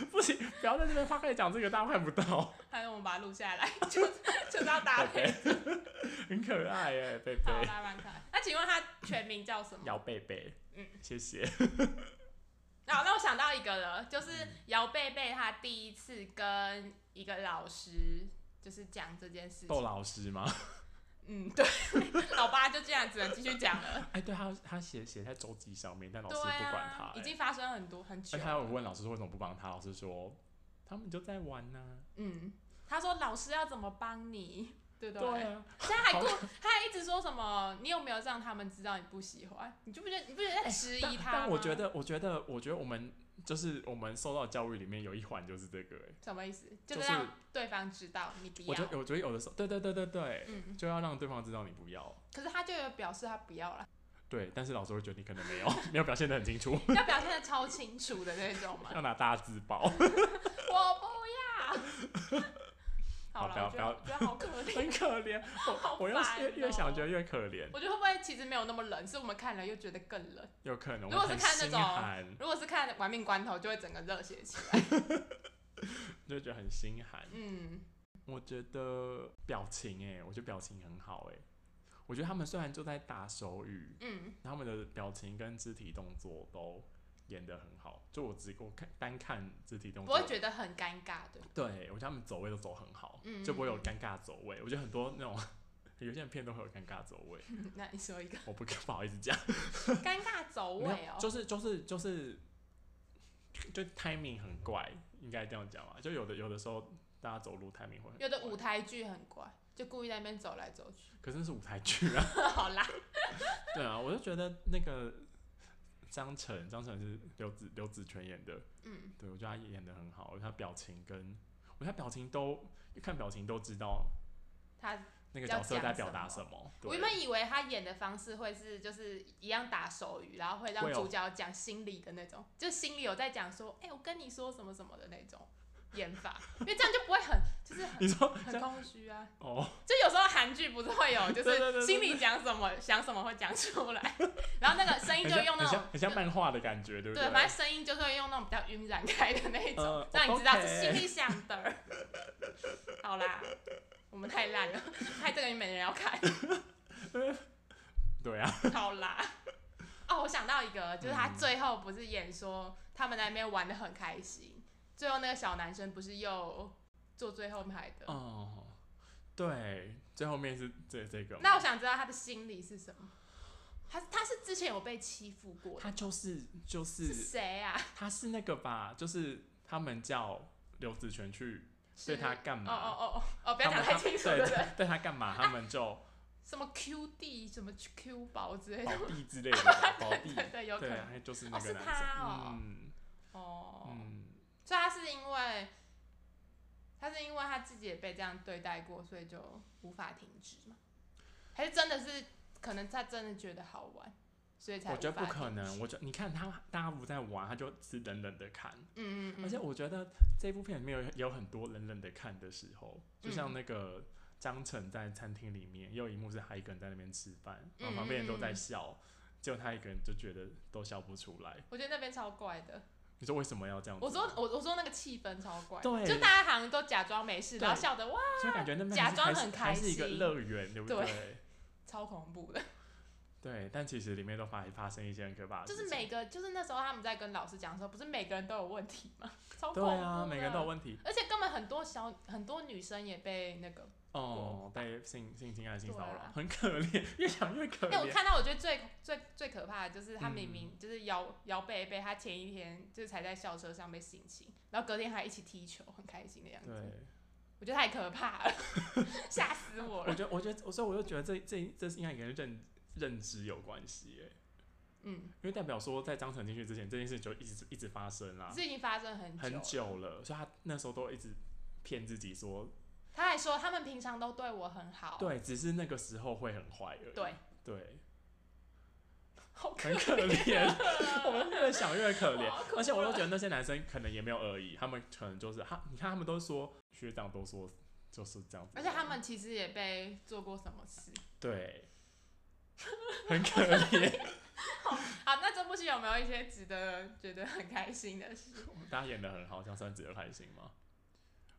不行，不要在这边发开讲这个，大家看不到。
还有我们把它录下来， 就就是要 搭
贝
配。
贝很可爱哎、贝
啊好，啊
贝
拉蛮可爱。那请问它全名叫什么？
姚贝贝，
嗯，
谢谢。
好，那我想到一个了，就是姚贝贝她第一次跟一个老师就是讲这件事
窦
情。
老 师吗？
嗯，对， 老爸就这样只能继续讲了。
哎、对他他写写在周记上面，但 老师
对
不管他、
啊，
哎
已经发生很多很久
而且他有
了。
问老师说为什么不帮他，老师说他们就在玩呢、
嗯，他说老师要怎么帮你？对对
对啊，
现在还故，他还一直说什么？你有没有让他们知道你不喜欢？你就不觉得你不觉得在质
但
疑他吗？
哎但我觉得，我觉得，我觉得我们就是我们受到教育里面有一环就是这个、欸，
什么意思？
就
就是让对方知道你不
我觉
要。
得我觉得有的时候，对对对对对，
嗯，
就要让对方知道你不要。
可是他就有表示他不要了，
对，但是老师会觉得你可能没有 没有表现得很 清楚，
要表现的超清楚的那种 嘛。
要拿大字 报，
哦我不要。 好
不要
了，我觉得我觉得好可
很
怜。
可怜。我
好
我又
烦
越越想
哦
觉得越可怜，
我觉得会不会其实没有那么冷，是我们看了又觉得更冷？
有可能
如果
我
是
很
看那
心
种
寒，
如果是看《玩命关头》，就会整个热血起来。
就觉得很心寒。
嗯，
我觉得表情、欸，我觉得表情很好、欸，我觉得他们虽然就在打手语，
嗯，
他们的表情跟肢体动作都演得很好，就我只我看单看肢体动
不
作，
会觉得很尴尬，对吧？
对我觉得他们走位都走很好，
嗯
就不会有尴尬走位。我觉得很多那种有些人片都会有尴尬走位，
那你说一 个
我不不好意思讲，
尴尬走
没
位
有
哦，
就是就是就是就 timing 很怪，应该这样讲吧？就有的有的时候大家走路 timing 会很
有的
怪
舞，台剧很怪，就故意在那边走来走去。
可是那是舞台剧啊，
好啦，
对啊，我就觉得那个张晨张晨是刘子刘子权演的。
嗯，
对，我觉得他演的很好，我觉得他表情跟我觉得他表情都一看表情都知道
他
那个
要
角色在
讲
表
什
达
么
什么。
我
对
原，本以为他演的方式会是就是一样打手语，然后会让
会有哦
主角讲心里的那种，就心里有在讲说，哎、我跟你说什么什么的那种演法，因为这样就不会很就是很
你说
很
像
空虚啊。
哦，
就有时候韩剧不是会有，就
对对对
是
对
心里讲什么想什么会讲出 来，然后那个声音
很
就
像
用那种
很像很像漫画的感觉，对不
对，反正声音就是会用那种比较晕染开的那一种，
嗯
让你知道
OK
是心里想的。好啦，我们太烂了， 害这个也没人要看。
对啊，
好啦，哦，我想到一个，就是他最后不是演说他们在那边玩的很开心，最后那个小男生不是又坐最后排的？
哦，对，最后面是这这个嘛，
那我想知道他的心理是什么？他他是之前有被欺负过的，
他就是就
是
是
谁啊？
他是那个吧，就是他们叫刘子权去对
是
他干
哦哦
嘛，
哦哦哦，不
他
要
们
讲太清楚，
对
对不对？
对对他干嘛，他们 就
什么 Q 弟，什么 Q 宝之类的。
宝弟 之类的吧，宝弟，
对对，有可
对
能。
啊，就是
哦
那个
是
男
他
生
哦，
嗯
哦，
嗯。
所以他是因为他是因为他自己也被这样对待过，所以就无法停止嘛？还是真的是可能他真的觉得好玩，所以才
我觉得
无法
不
停
可
止
能，我觉得你看他大家不在玩，他就只冷冷的看，
嗯嗯嗯，
而且我觉得这部片里面有有很多冷冷的看的时候，就像
嗯
那个张晨在餐厅里面，也有一幕是他一个人在那边吃饭，然
嗯
后旁边人都在
嗯嗯
笑，结果他一个人就觉得都笑不出来。
我觉得那边超怪的。
你说为什么要这样子
我
吗？
说我我说那个气氛超怪，
对
就大家好像都假装没事，
对
然后笑得哇，
所以感觉那边
假
还是
装
还是
很
还
开
是一个
心
乐园，对不
对
对
超恐怖的。
对，但其实里面都发发生一些很可怕的
就
事情，
是每个就是那时候他们在跟老师讲的时候，不是每个人都有问题吗？ 超恐
对
怖
啊，每个人都有
的
问题
而且根本很多小很多女生也被那个，
哦，被性性侵害、性
对
骚扰
啊，
很可怜，越想越可
哎、我
怜。
看到我觉得最最最可怕的就是她明
嗯
明就是姚姚贝贝，她前一天就是才在校车上被性侵，然后隔天还一起踢球，很开心的样子，
对。
我觉得太可怕了， 吓死我
我
了。
觉得，我觉得，所以我就觉得这这这是应该跟认认知有关系耶，
嗯，
因为代表说在张晨进去之前，这件事就一直一直发生啦，
这已经发生很久
很
了。
久了，所以他那时候都一直骗自己说，
他还说他们平常都对我很好，
对，只是那个时候会很坏而已，
哦 对，
对，
好 可
很可怜，我
怜。
们越想越可怜
好可，怕
而且我都觉得那些男生可能也没有恶意，他们可能就是他，你看他们都说学长都说就是这样子，
而且他们其实也被做过什么事。
对，很可怜，
好，那这部戏有没有一些值得觉得很开心的事？
大家演的很好，这样算值得开心吗？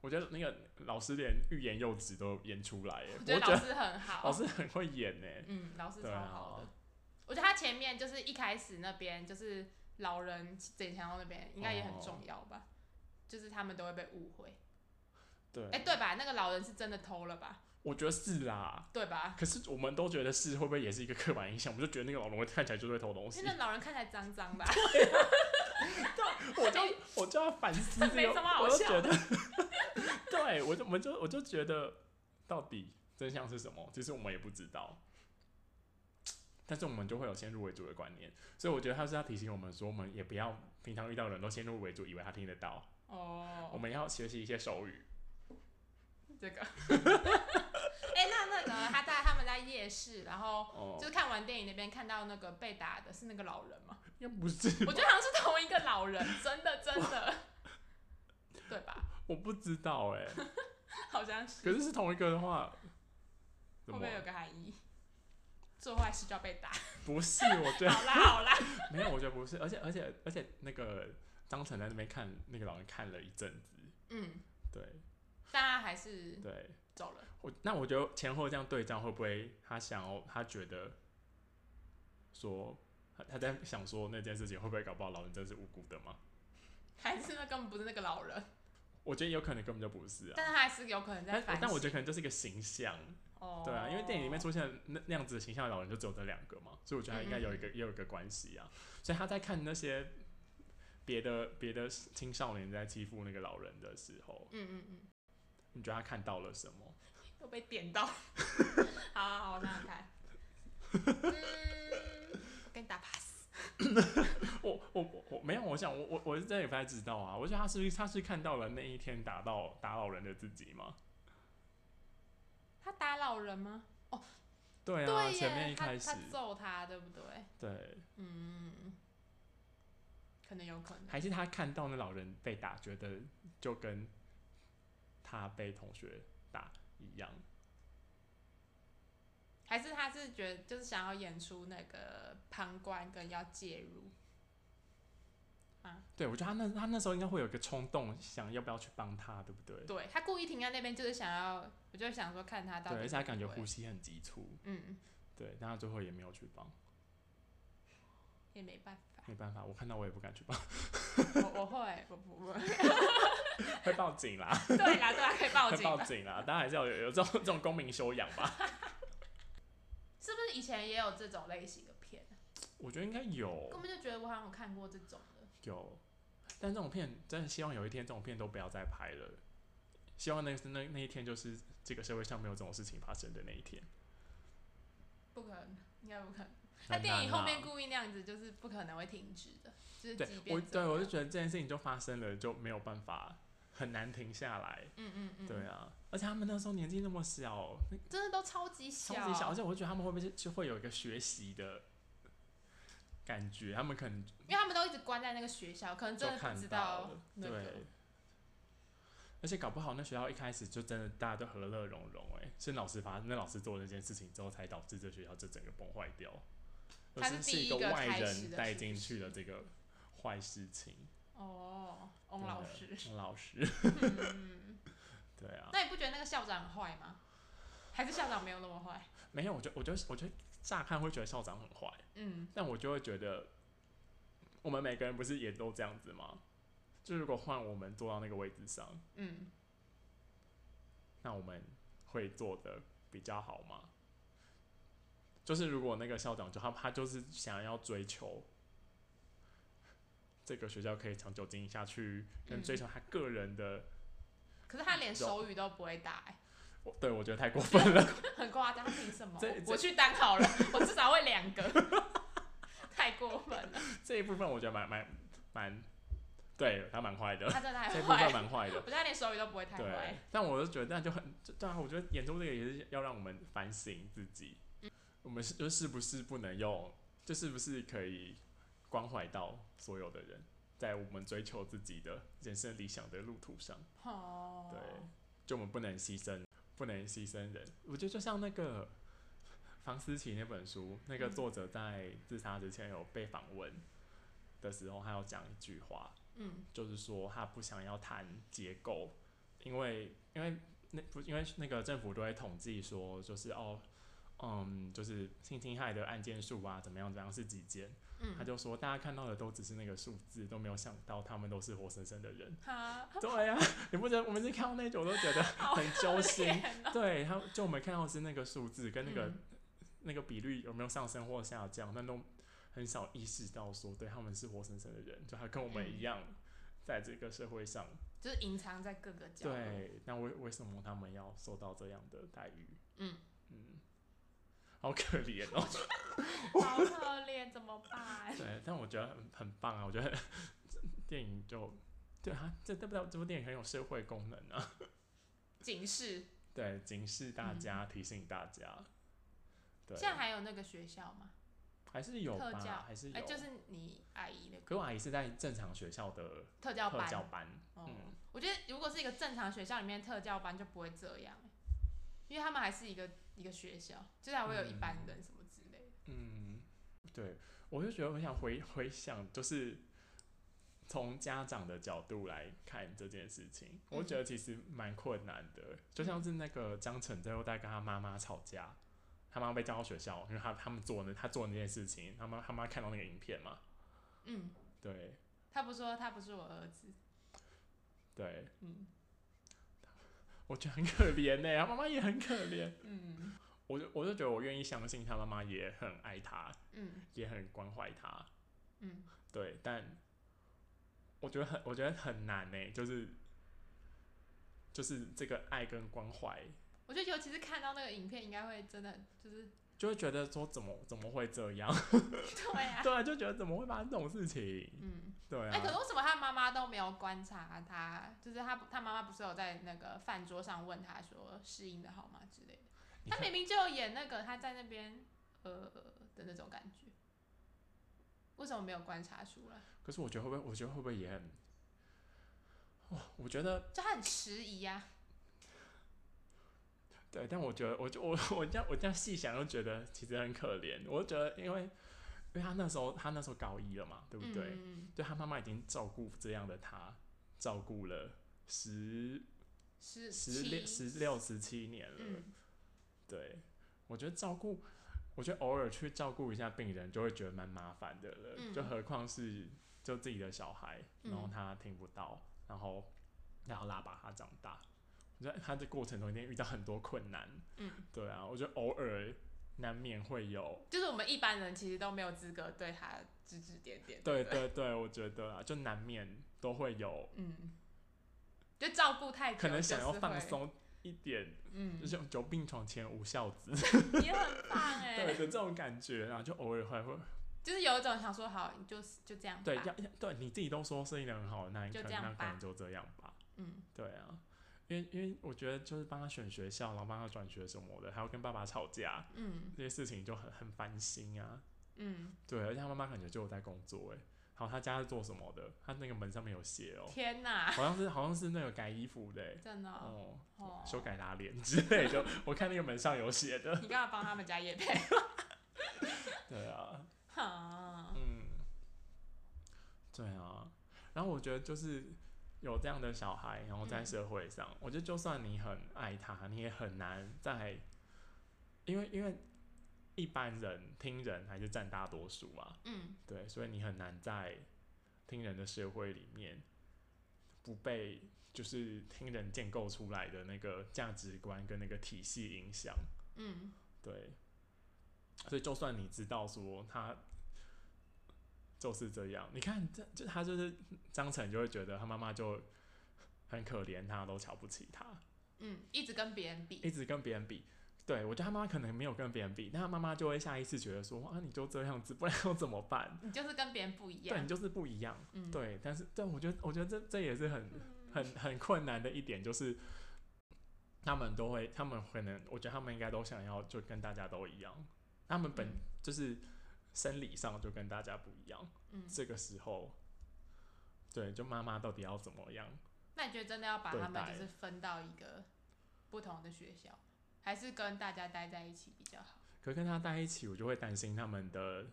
我觉得那个老师连欲言又止都演出来耶，
我
我
觉得
觉
老
得
师很好，
老师很会演呢。
嗯，老师
对
超
啊
好的。，我觉得他前面就是一开始那边就是老人整强那边应该也很重要吧，就是他们都会被误会。
对，
哎、对吧？那个老人是真的偷了吧？
我觉得是啦。
对吧？
可是我们都觉得是，会不会也是一个刻板印象？我们就觉得那个老龙会看起来就是会偷东
因
西
为，那老人看起来脏 脏的啊、
我就我就要反思
哎没
这
什
个
么，好
我就
笑
觉得，对我就我们就我就觉得，到底真相是什么，其实我们也不知道。但是我们就会有先入为主的观念，所以我觉得他是要提醒我们说，我们也不要平常遇到的人都先入为主，以为他听得到，我
哦，
们要学习一些手语。
这个。 哎、那那个他在他们在夜市，然后
哦
就，是看完电影那边看到那个被打的是那个老人嘛？
应该不是
我觉得好像是同一个老人，真的真的， 对吧？
我不知道哎、
好像
可
是
是是同一个的话，怎
会
么
不会有个含义？做坏事就要被打。
不是？我觉得
好啦好啦，
没有，我觉得不是。而且而且而且，那个张晨在那边看那个老人看了一阵子，
嗯，
对
但他还是
对。
走了。
我那我觉得前后这样对照，会不会他想要他觉得说他他在想说那件事情会不会搞不好老人真是无辜的吗？
还是那根本不是那个老人，
我觉得有可能根本就不是啊。
但是他还是有可能在
但
反省。
但我觉得可能就是一个形象，
哦，
对啊，因为电影里面出现的那那样子的形象的老人就只有这两个嘛，所以我觉得他应该有一
嗯
个也有一个关系啊。所以他在看那些别的别的青少年在欺负那个老人的时候，
嗯嗯嗯，
你觉得他看到了什么？
又被点 到。好好好，我想想看。嗯，我给你打 pass。
我我我我没有，我想我我我是真的不太知道啊。我觉得他是不是他是看到了那一天打到打老人的自己吗？
他打老人吗？
对啊，
对
前面
耶，
一
他
开始
他揍他，对不对？
对，
嗯，可能有可能。
还是他看到那老人被打，觉得就跟他被同学打一样。
还是他是觉得就是想要演出那个旁观跟要介入，
对，我觉得他那他那时候应该会有一个冲动，想要不要去帮他，对不对？
对他故意停在那边就是想要，我就想说看他到底
对，而且他感觉
会不
呼
会，
吸很急促，
嗯，
对，但他最后也没有去帮，
也没办法，
没办法，我看到我也不敢去帮， 嗯
我我会，我不会，
会报警啦，
对啦对啦，可以报
会
警
报
吧，
警啦，大家还是要有有这种这种公民修养吧。
是不是以前也有这种类型的片啊？
我觉得应该有
根本就觉得我好像有看过这种的，
有，但这种片真的希望有一天这种片都不要再拍了，希望那那那一天就是这个社会上没有这种事情发生的那一天。
不可能，应该不可能。他
很
电影
难
后
啊
面故意那样子，就是不可能会停止的，就是
对
即便
我
这
对
样
我就觉得这件事情就发生了，就没有办法很难停下来。
嗯嗯嗯，
对，啊，而且他们那时候年纪那么小，那
真的都超级
超
小，
级小，而且我觉得他们会不会是就会有一个学习的感觉？他们可能
因为他们都一直关在那个学校，可能
就
真的不
看
知
到
道
了，
那个
对。而且搞不好那学校一开始就真的大家都和乐融融、欸，哎，是老师发那老师做那件事情之后，才导致这学校这整个崩坏掉。而
他是
是
第
是
一
个
个
外
开始
人
的
带
是不
进去
是
的这个坏事情。
哦，翁
对
老师，
翁老师，
嗯，
对啊，
那你不觉得那个校长很坏吗？还是校长没有那么坏？
没有，我觉得我觉得我觉得乍看会觉得校长很坏，
嗯，
但我就会觉得，我们每个人不是也都这样子吗？就如果换我们坐到那个位置上，
嗯，
那我们会做的比较好吗？就是如果那个校长就他他就是想要追求这个学校可以长久经营下去，跟
嗯
追求他个人的，
可是他连手语都不会打、欸，
我对我觉得太过分了。
很夸张，他凭什么
这？这
我去当好了，我至少会两个， 太过分了，
这一部分我觉得蛮蛮蛮，对他蛮坏的，
他真的太
这一部
坏
分
了，
蛮坏
我
的。
觉得他连手语都不会太
对
坏，，
但我就觉得那就很就对啊，我觉得演出这个也是要让我们反省自己，我们是就是不是不能用，就是不是可以关怀到所有的人，在我们追求自己的人生理想的路途上，
哦，
对，就我们不能牺牲，不能牺牲人。我觉得就像那个房思琪那本书，那个
嗯
作者在自杀之前有被访问的时候，他有讲一句话，
嗯
就是说他不想要谈结构，因为因为那不因为那个政府都会统计说，就是哦，嗯，就是性侵害的案件数啊，怎么样怎么样是几件，他
嗯，
就说大家看到的都只是那个数字，都没有想到他们都是活生生的人。
他
对啊，你不觉得我们是看到那种都觉得很揪心？
哦
对，他就我们看到的是那个数字跟那个、
嗯
那个比率有没有上升或下降，但都很少意识到说，对他们是活生生的人，就他跟我们一样，在这个社会上，
就是隐藏在各个角落，
对，那为为什么他们要受到这样的待遇？
嗯
嗯，好可怜哦。
好可怜，怎么办？
对，但我觉得很很棒啊！我觉得电影就对啊，这对不对？这部电影很有社会功能 啊，
警示。
对，警示大
嗯
家，提醒大家。对，
现在还有那个学校吗？
还是有
特教
吧，还是有。
哎、就是你阿姨那个
可我阿姨是在正常学校的
特教
特
班。
教班，
哦、
嗯
我觉得如果是一个正常学校里面特教班就不会这样，因为他们还是一个一个学校，就是还会有一班人什么之类的。
嗯，对，我就觉得我想回回想，就是从家长的角度来看这件事情，我觉得其实蛮困难的。就像是那个张晨最后在跟他妈妈吵架，他妈妈被叫到学校，因为他他们做那他做那件事情，他妈他妈看到那个影片嘛，
嗯，
对
他不说他不是我儿子，
对，
嗯
我觉得很可怜呢、他妈妈也很可怜。
嗯
我就我就觉得我愿意相信他妈妈也很爱他，
嗯
也很关怀他，
嗯，
对，但我觉得很，我觉得很难呢、就是就是这个爱跟关怀，
我觉得尤其是看到那个影片，应该会真的就是
就会觉得说怎么怎么会这样？
对啊，
对啊，就觉得怎么会发生这种事情？
嗯，
对
哎、可是
啊，
为什么他妈妈都没有观察他？就是他他妈妈不是有在那个饭桌上问他说适应的好吗之类的？
你
他
看
明明就有演那个他在那边呃的那种感觉，为什么没有观察出来？
可是我觉得会不会？我觉得会不会也很？哇，我觉得
就他很迟疑啊，
对，但我觉得，我就我我这样我这样细想，就觉得其实很可怜。我就觉得，因为因为他那时候他那时候高一了嘛，对不对？
嗯，
对他妈妈已经照顾这样的他，照顾了十
十
十六
七，
十六十七年了，
嗯，
对我觉得照顾，我觉得偶尔去照顾一下病人，就会觉得蛮麻烦的了，
嗯
就何况是就自己的小孩，然后
嗯
他听不到，然后然后拉把他长大，我觉得他这过程中一定遇到很多困难，
嗯，
对啊，我觉得偶尔难免会有，
就是我们一般人其实都没有资格对他指指点点，
对
不对，
对对，我觉得啊，就难免都会有，
嗯，就照顾太久，
可能想要
就是会
放，松一点，
嗯
就，是久病床前无孝子，
也很棒 哎、
对的这种感觉啊，就偶尔会会。
就是有一种想说好，你就是就这样吧，
对，要要对你自己都说生意人很好，那你
就
可能
这样
那可能
吧
就这样吧。
嗯，
对啊，因为因为我觉得就是帮他选学校，然后帮他转学什么的，还要跟爸爸吵架，
嗯
这些事情就很很烦心啊。
嗯，
对，而且他妈妈感觉就有在工作哎、然后他家是做什么的？他那个门上面有写哦、
天哪，
好像是好像是那个改衣服的、欸，
真的哦，
哦、
哦
修改拉链之类的，我看那个门上有写的。
你干嘛帮他们家叶配？
对啊，
哈，
嗯，对啊，然后我觉得就是有这样的小孩，然后在
嗯
社会上，我觉得就算你很爱他，你也很难在，因为因为一般人听人还是占大多数嘛，
嗯。
对，所以你很难在听人的社会里面不被就是听人建构出来的那个价值观跟那个体系影响。
嗯
对，所以就算你知道说他就是这样，你看这就他就是张晨就会觉得他妈妈就很可怜他，都瞧不起他，
嗯，一直跟别人比，
一直跟别人比。对我觉得他妈妈可能没有跟别人比，但他妈妈就会下意识觉得说啊，你就这样子，不然要怎么办？
你就是跟别人不一
对你
样。
就是不一样。
嗯，
对，但是但我觉得我觉得这这也是很很 很困难的一点，就是他们都会，他们可能，我觉得他们应该都想要就跟大家都一样，他们本、
嗯
就是生理上就跟大家不一样。
嗯，
这个时候，对，就妈妈到底要怎么样？
那你觉得真的要把
对
他们
待
就是分到一个不同的学校，还是跟大家待在一起比较好？
可跟他在一起，我就会担心他们的，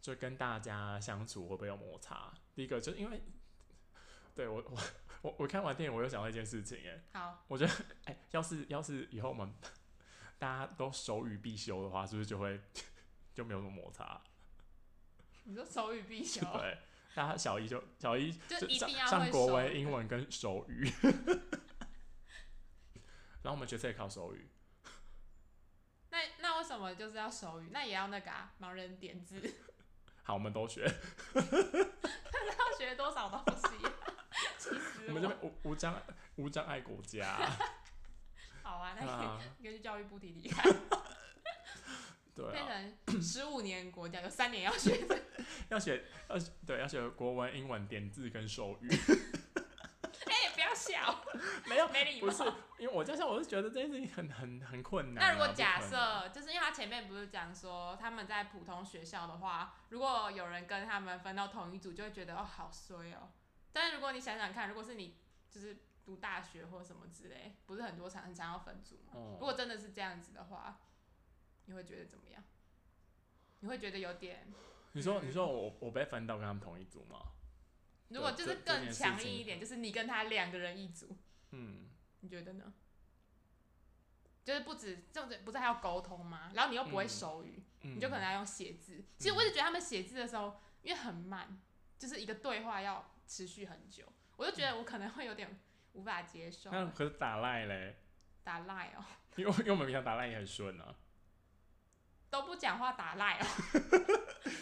就跟大家相处会不会有摩擦？第一个就是因为，对我 我我我看完电影，我又想到一件事情、哎。
好，
哎、要是要是以后我们 大家都手语必修的话，是不是就会 就没有什么摩擦？
你说手语必修，
对，大家小一就小一
就一
上
定要
上
会
国
手
文、
语
英文跟手语， 然后我们学测也考手语，
那那为什么就是要手语？那也要那个啊，盲人点字，
好，我们都学，
要学多少东西？气死
我们就会无无障碍无障碍国家。
好啊，啊，那
对
可以
啊，
应该去教育部提 提看，
对啊，
变成十五年国教，有三年要学 这个。
要写要写对要写国文、英文、点字跟手语，
哎、不要笑，
没有。
没礼
不
貌
是。，因为我就像我是觉得这件事情很很很困难啊。
那如果
不可
假
能
设，就是因为他前面不是讲说他们在普通学校的话，如果有人跟他们分到同一组，就会觉得哦好衰哦。但是如果你想想看，如果是你就是读大学或什么之类，不是很多常很常要分组吗？
哦
如果真的是这样子的话，你会觉得怎么样？你会觉得有点，
你说你说我我被分到跟他们同一组吗？
如果
对
就是
这这件
更
事
强
情
硬一点，就是你跟他两个人一组，
嗯，
你觉得呢？就是不止这种，不是还要沟通吗？然后你又不会
嗯
手语，
你
你就可能要用写字。其实我一直觉得他们写字的时候，因为很慢，就是一个对话要持续很久，我就觉得我可能会有点无法接受。
那可是打赖嘞，
打赖哦，
因为因为我们平常打赖也很顺啊，
都不讲话打赖哦，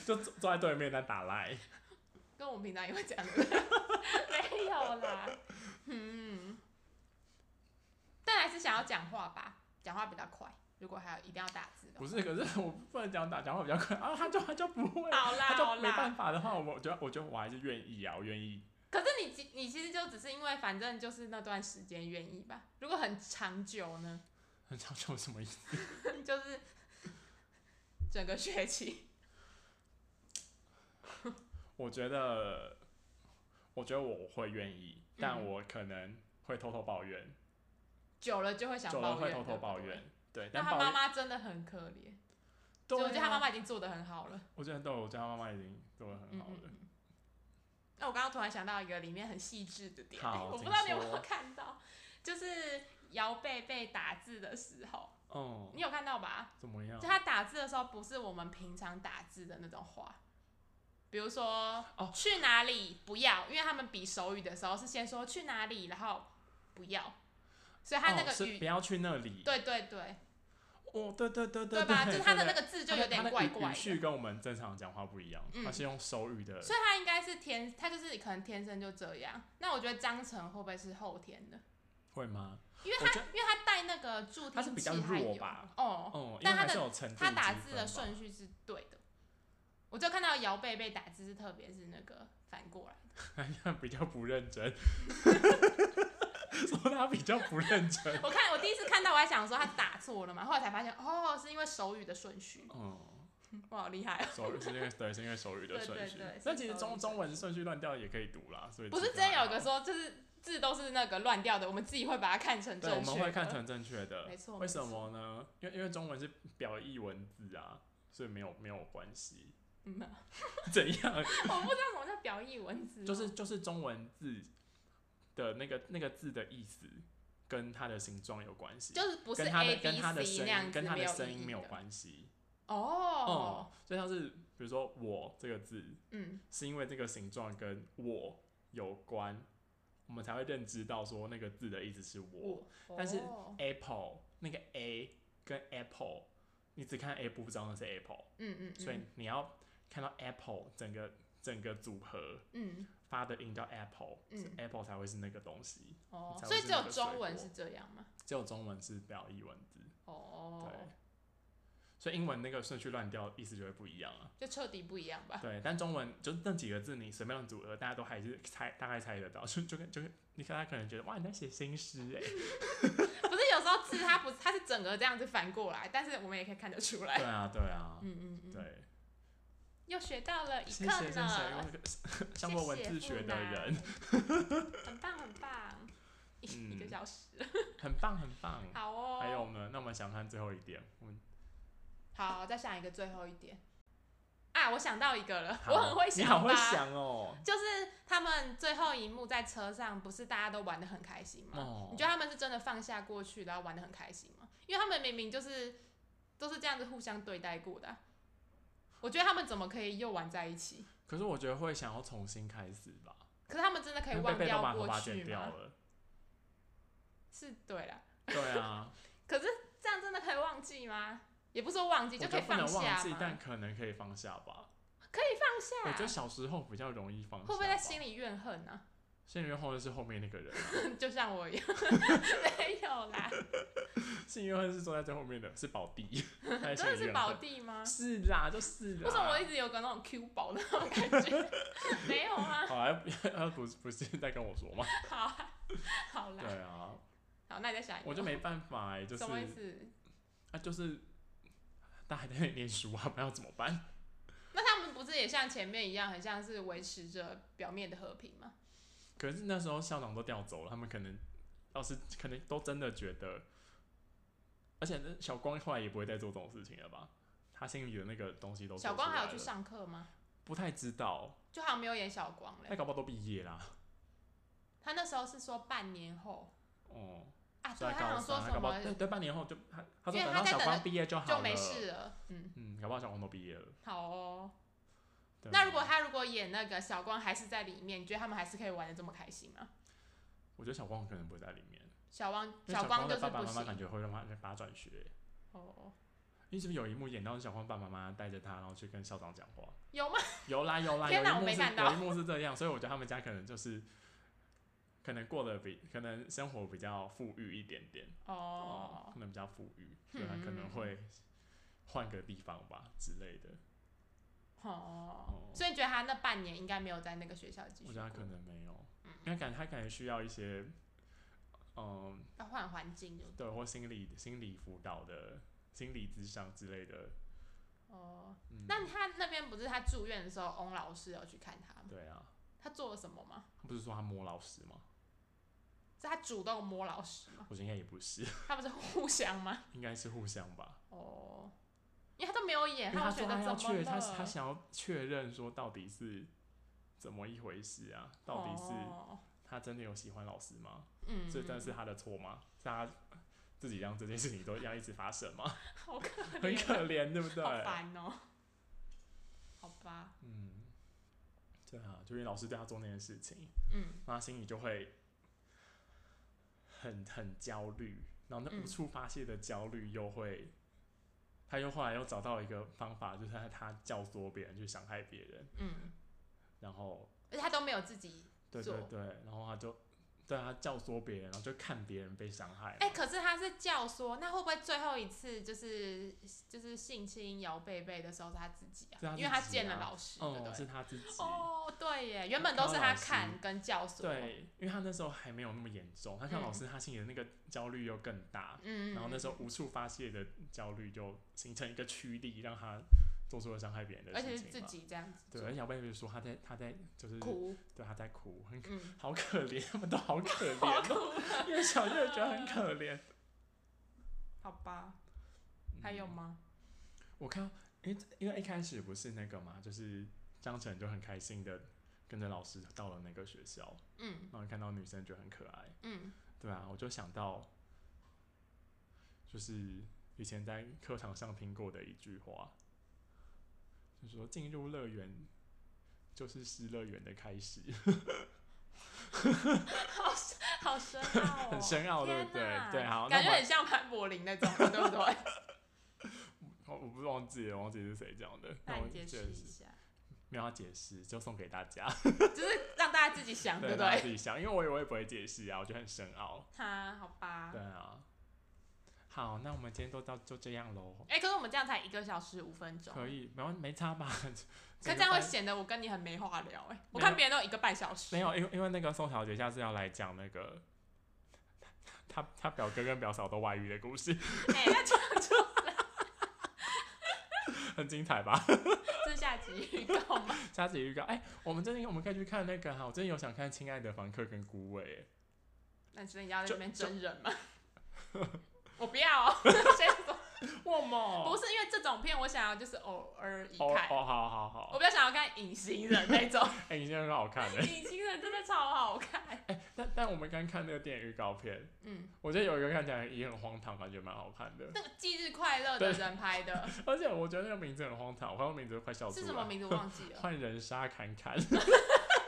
就坐坐在对面在打赖。
跟我们平常也会讲的，没有啦。 嗯，但还是想要讲话吧，讲话比较快。如果还有一定要打字的话，
不是，可是我不能讲打讲话比较快啊，他就他就不会，
好啦
他
好
就没办
啦。
法的话，我我觉得我觉得我还是愿意啊，我愿意。
可是你其你其实就只是因为反正就是那段时间愿意吧。如果很长久呢？
很长久什么意思？
就是整个学期。
我觉得，我觉得我会愿意，但
嗯
我可能会偷偷抱怨，
久了就会想
久了
抱
会
怨，
偷
对
偷
不
抱
对
怨。。对，
那
但
他
抱
妈
怨，
妈真的很可怜，所以
对
我觉得他妈
啊，
妈已经做的很好了。
我觉得对，我觉得他妈妈已经做的很
嗯
好
嗯
了。
嗯。那我刚刚突然想到一个里面很细致的点，
好
我不
请
知道你有没有
说
看到，就是姚贝贝打字的时候，
哦，
你有看到吧？
怎么样
就？他打字的时候，不是我们平常打字的那种话，比如说、
哦
去哪里不要，因为他们比手语的时候是先说去哪里，然后不要，所以他那
哦
个
是
语、
不要去那里。
对对对，
哦，对对
对
对对
吧？就是他的
对
那个字就
他
有
的
点
他的
怪
语
怪
语
的，
序跟我们正常讲话不一样，
嗯
他是用手语的。
所以他应该是天，他就是可能天生就这样。那我觉得张晨会不会是后天的？
会吗？
因为
我
他
觉
因为他带那个助听器
他是比较
还
弱
有
吧？
哦，
哦，因
但
为
他
还是
的
有程度
他打
积
字
分
的
吧
顺序是对的。我就看到姚贝贝打字是特别是那个反过来，
比较不认真， 说他比较不认真。
我看我第一次看到我还想说他打错了嘛，后来才发现哦是因为手语的顺序，
嗯，
哇好厉害哦！
手语是因为对，是因为手语的
对
顺
对
序
对是。
但其实
手语
中
顺
中文顺序乱掉也可以读啦，所以
不是
其
之
实还
前有一个
好
说就是字都是那个乱掉的，我们自己会把它看成
对，
正
我
确的，
们会看成正确的，
没错
为
没
什么呢？因为因为中文是表意文字啊，所以没有没有关系。
嗯，
怎 样？
我不知道什么叫表意文字哦，
就是就是中文字的那个那个字的意思跟它的形状有关系，
就是不是
跟它
A
的
B
跟它的
C
声
那样
音
子
跟它
没
的
有
声音
意义
没有
的
关系。
哦，
嗯，就像是比如说“我”这个字，
嗯，
是因为这个形状跟“我”有关，我们才会认知到说那个字的意思是“我”。但是
哦
Apple 那个 A 跟 Apple，你只看 A 不知道那是 Apple，
嗯嗯，
所以你要看到 Apple 整个整个组合
嗯
发的音叫 Apple，
嗯
是 Apple 才会是那个东西。
哦，
才会
所以
是
只
那
有
个
中
水
文
果
是这样吗？
只有中文是表意文字，对，
哦，
所以英文那个顺序乱掉，意思就会不一样啊。
就彻底不一样吧？
对，但中文就那几个字，你随便乱组合，大家都还是猜，大概猜得到。就就跟就跟你看他可能觉得哇，你在写新 诗哎、
不是有时候字它不，它是整个这样子反过来，但是我们也可以看得出来
对。啊，对啊，
嗯嗯嗯，
对，
又学到了一
谢
课
谢谢谢
呢，
我
谢
上过文字学的人，
谢 不难很棒很棒，一一个
嗯
小时，
很棒很棒。
好哦。
还有呢，那我们想看最后一点，我们
好，再想一个最后一点啊！我想到一个了，我
好
很会想，
你好会。想哦，
就是他们最后一幕在车上，不是大家都玩的很开心吗？
哦
你觉得他们是真的放下过去，然后玩的很开心吗？因为他们明明就是都是这样子互相对待过的啊、我觉得他们怎么可以又玩在一起？
可是我觉得会想要重新开始吧，
可是他们真的可以
因为
忘
贝贝都
掉
把头
过
发
去
剪掉
吗？
了，
是对啦，
对啊。
可是这样真的可以忘记吗？也不是说忘记，
我
可以
觉得不
放
能忘
下
记
嘛，，
但可能可以放下吧。
可以放下。
我觉得小时候比较容会
会不会在心里怨恨呢、啊
幸运后是后面那个人啊，
就像我一 样，没有啦，
幸运后是坐在最后面的，是宝 弟，真
真的是宝，弟吗？
是啦，就是啦。
为什么我一直有个那种 Q 宝的那种感 觉？没有啊，
好啊，不不是不是在跟我说吗？
好啊，好
对
啦，
啊，
好，那你再想一个。
我就没办法哎、就是
什么意思？
啊，就是大家还在那里念书啊，不然要怎么办？
那他们不是也像前面一样，很像是维持着表面的和平吗？
可是那时候校长都调走了，他们可能老师可能都真的觉得，而且那小光后来也不会再做这种事情了吧？他心里的那个东西都
小
做
光
出
还
来
有去
了，
上课吗？
不太知道，
就好像没有演小光
那
嘞。
搞不好都毕业啦。
他那时候是说半年后
哦、
啊，
所
对
以
他好
高
像说
三，
什
他搞不好
么
对对，半年后就他他说
因为
等
他
到
在
小
等
光
了
毕业就好了，
就没事了。嗯，
嗯，搞不好小光都毕业了。
好哦。
对
那如果他如果演那个小光还是在里面，你觉得他们还是可以玩的这么开心吗？
我觉得小光可能不会在里面，
小光
因为小
光就
的
是
爸爸
不
妈妈感
行
觉会让他把他转学。
哦，
因为是不是有一幕演到小黄爸爸妈妈带着他，然后去跟校长讲话？
有吗？
有啦有啦，有
天
一
哪我
幕
没
是
看
有
到
一幕是这样，所以我觉得他们家可能就是，可能过得比可能生活比较富裕一点点
哦，
可能比较富裕，对啊，可能会换个地方吧之类的。
嗯哦，所以你觉得他那半年应该没有在那个学校继续
我
过，嗯
觉得他可能没有，因为感他可能需要一些，嗯，
要换环境就
对，或心理心理辅导的心理智商之类的。
哦。
嗯，
那他那边不是他住院的时候，翁老师有去看他吗？
对啊，
他做了什么吗？
他不是说他摸老师吗？
是他主动摸老师吗？
我觉得应该也不是，
他们是互相吗？
应该是互相吧。
哦，因为他都没有演，
因为
哎
他
我
说
觉
他
得
要
怎么
确，
了？
他他想要确认说到底是怎么一回事啊？到底是
哦
他真的有喜欢老师吗？
嗯，
这真 的是他的错吗？是他自己让这件事情都要一直发 生吗？
好可怜，
很可欸怜，对不对？
好烦哦。好吧，
嗯，对啊，就因为老师对他做那件事情，
嗯，
那他心里就会很很焦虑，然后那
嗯
无处发泄的焦虑又会。他又后来又找到一个方法，就是他他教唆别人去伤害别人，
嗯，
然后
而且他都没有自己
对
做
对对，然后他就对他教唆别人，然后就看别人被伤害嘛。
哎、可是他是教唆，那会不会最后一次就是就是性侵姚贝贝的时候是他自己啊？
是他自己啊
因为他见了老师，对
哦，
不
是
对？
他自己。
哦，对耶，原本都是他看跟教唆，，
对，因为他那时候还没有那么严重，他看老
嗯
师，他心里的那个焦虑又更大，
嗯，
然后那时候无处发泄的焦虑就形成一个驱力，让他做出了伤害别人的
而
事情
且
嘛。
是自己这样子
对，
做
而且小贝贝说他在他在就是
哭，
对他在哭，很
嗯，
好可怜，他们都好可
好
怜
哭
哦，
了，
越想越觉得很可怜。
好吧，还有
嗯
吗？
我看，因为因为一开始不是那个嘛，就是张晨就很开心的跟着老师到了那个学校，
嗯
然后看到女生觉得很可爱，
嗯，
对啊，我就想到，就是以前在课堂上听过的一句话，就说进入乐园就是失乐园的开始，
好深好深奥、哦，
很深奥，对不
天哪
对？对，好，
感
那
觉
我
很像潘柏林那种，对不 对？
我我不忘记了，忘记是谁讲的，
那
我
你解
觉
释
得
一
是
下，
没有要解释，就送给大家，
就是让大家自己想，对不
大家自
对？
己想，因为我也我也不会解释啊，我觉得很深奥。
他好吧
对，啊。好，那我们今天都到就这样喽。
哎、可是我们这样才一个小时五分钟，
可以，没问没差吧？
可
整个
这样会
班
显得我跟你很没话聊哎、我
没有
看别人都一个半小时，
没有，因为因为那个宋小姐下次要来讲那个 她她表哥跟表嫂都外遇的故事，
哎、那就就
很精彩吧？
这下集预告 嘛，
下次预告，哎、我们最近我们可以去看那个哈，我最近有想看《亲爱的房客》跟《孤味》哎，
那所以你要在
就
那边
就
真人吗？我不要、 哦，先说
哇嘛
不是因为这种片，我想要就是偶尔一
哦
看，
哦，好好
我
好，
比较想要看隐形人那种，
哎、你现在很好看哎、
隐形人真的超好看，
但但我们刚看那个电影预告片，
嗯，
我觉得有一个看起来也很荒唐，感觉蛮好 看的，
那个《忌日快乐》的
对
人拍 的，
而且我觉得那个名字很荒唐，我看到名字都快笑出来。
是什么名字我忘记 了。
换人杀侃侃，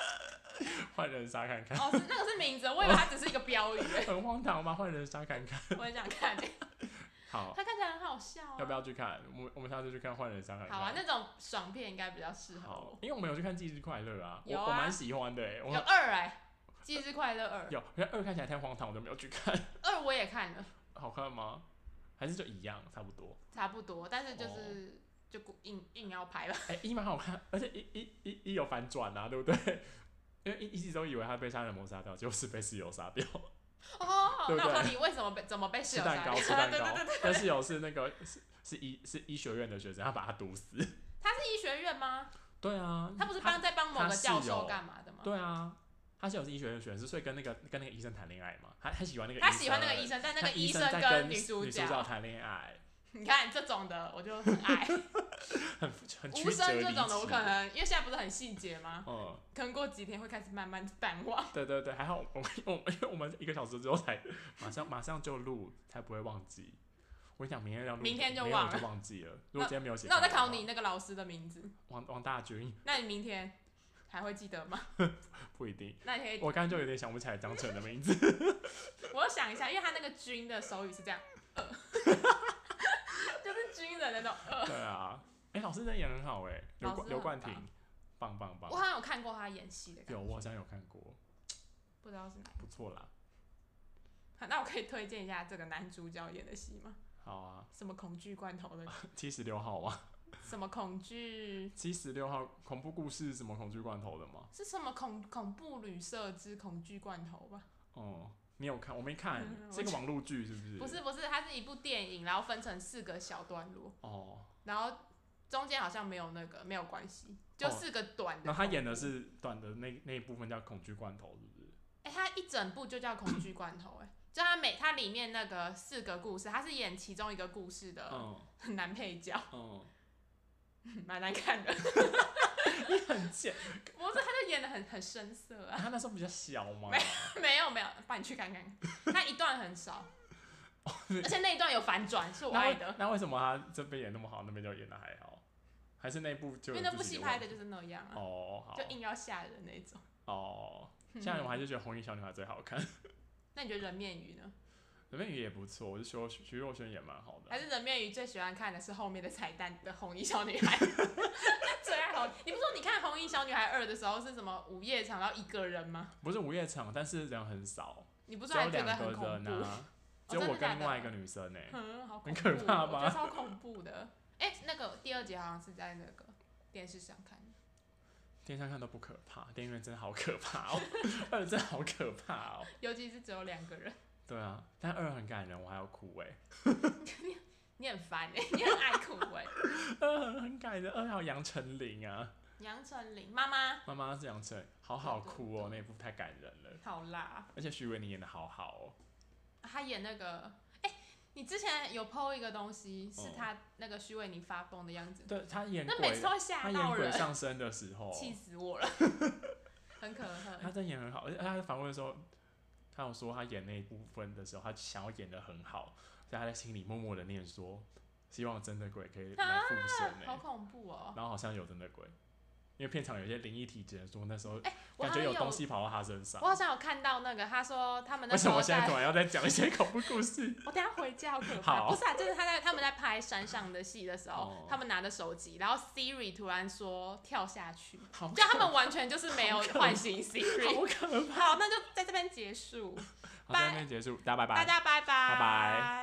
换人杀侃侃，
哦，是那个是名字，我以为它只是一个标语，
很荒唐吗？换人杀侃侃，
我很想看，
哦好，
它看起来很好笑啊。
要不要去看？我们我们下次去看换人杀侃侃。
好啊，那种爽片应该比较适合
好
我。
因为我们有去看《忌日快乐》啊，我
有啊
我蛮喜欢的哎、我
有二哎、忌日快乐二》，
有，可是二看起来太荒唐，我都没有去看。
二我也看了，
好看吗？还是就一样，差不多。
差不多，但是
哦
就是、就不硬硬要拍吧。
哎、一蛮好看，而且一一一一有反转啊，对不对？因为一一直都以为他被杀人谋杀掉，结果是被室友杀掉，
哦，
对不
那我到
对
底为什么被怎么被室
吃
友
蛋
杀
糕，
掉？
吃蛋
对对
糕
对，。
但室友是那个是是医是医学院的学生，他把他毒死。
他是医学院吗？
对啊，
他不是帮在帮某
他
个
室
教
友
授干嘛的吗？
对啊，他室友是医学院的学生，所以跟那个跟那个医生谈恋爱嘛，他他喜欢那个
他喜欢那个医生，
生，
但那
他
个医生
在
跟
女
主角，
角谈恋爱，
你看这种的我就很 爱。
很很
无
曲折
声
离
这种的我
奇
可能，因为现在不是很细节吗？
嗯，
可能过几天会开始慢慢淡 忘。
对对对，还好我们我们因为我们一个小时之后才马上马上就录，才不会忘记。我跟你讲，明天要录，
明天就
没有我
忘
就忘记了。如果今天没有 写，
那我再考你，那个老师的名字，
王王大军
那你明天还会记得吗？
不一定。
那你可以，
我刚刚就有点想不起来张晨的名字，
我要想一下，因为他那个军的手语是这样，呃 就是军人的那种。呃
对啊，哎、老师那演很好哎、刘
老
冠
师
刘
很
冠
棒
廷，棒棒棒
我，好像有看过他演戏的感觉，
有我好像有看过，
不知道是哪一
不错啦，
个。那我可以推荐一下这个男主角演的戏吗？
好啊，
什么恐惧罐头的，
七十六号啊，
什么恐惧
七十六号恐怖故事什么恐惧罐头的吗？
是什么恐恐怖旅社之恐惧罐头吧？
哦、你有看？我没看，
嗯
是一个网络剧是不是？
不是不是，它是一部电影，然后分成四个小段落，
哦，
然后中间好像没有那个没有关系，
哦
就四个短的。
然后他演的，是短的那那一部分叫恐惧罐头，是不是？
哎、他一整部就叫《恐惧罐头》哎，就他每他里面那个四个故事，他是演其中一个故事的
嗯
男配角，
嗯，
蛮难看的。
很贱。
不是，他就演的很很生涩啊，
嗯他那时候比较小嘛，
没有没有，帮你去看看，那一段很少，而且那一段有反转，是我
哦那
爱
为
的，
那为什么他这边演那么好，那边就演的还好？还是那部就
因
有
为那部
自己
戏
的
拍
问
的
题
就是那样啊，
哦好
就硬要吓人那 种。
哦。现在我还是觉得《红衣小女孩》最好看，《
那你觉得人面鱼呢？
人面鱼》也不错，我就说徐徐若瑄也蛮好的啊
还。是人面鱼最喜欢看的是后面的彩蛋的红衣小女孩， 最爱红。你不是说你看红衣小女孩二的时候是什么午夜场，然后一个人吗？
不是午夜场，但是人很少，
你不是
只有
还觉
两
得
个
很恐
人
怖？ 哦
啊，只
真
有
的
我
假
跟
的
另外一个女生呢。欸
嗯，好恐怖
很可怕吧
我觉得超恐怖的。哎、那个第二集好像是在那个电视上看的，
电视上看都不可怕，电影院真的好可怕哦， 二真的好可怕哦。
尤其是只有两个人，
对啊，但二很感人，我还要哭哎。
你很烦哎、你很爱哭哎、
呃，很感人。二号杨丞琳啊，
杨丞琳妈妈
妈妈是杨丞，好好哭哦，
对对对
那一部太感人了。
好辣，
而且徐维宁演的好好哦，
她演那个哎、你之前有 PO 一个东西，是
哦
她那个徐伟宁发疯的样子，
对他演
那每
鬼
次都，会吓
他
到
演鬼
人。
上身的时候，哦
气死我了，很可
他
恨。
真的演很好。而且他在访问的时候，他有说他演那一部分的时候，他想要演的很好，所以他在心里默默的念说，希望真的鬼可以来附身哎、
啊好恐怖哦！
然后好像有真的鬼，因为片场有些灵异体质说那时候
我
感
好
觉
像
有东西跑到他身上
我。好像有看到那个，他说他们那
为
时
什么
候
现在突
在，
然要再讲一些恐怖故事？
我等一下回家好可
好
怕。不是啊，就是他在他们在拍山上的戏的时
哦
候，他们拿着手机，然后 Siri 突然说跳下去，
好
就他们完全就是没有
好可怕
唤醒 Siri。
可怕！
好，那就在这边结束，
好，在这边结束，大家拜拜。
大家拜拜，
拜拜。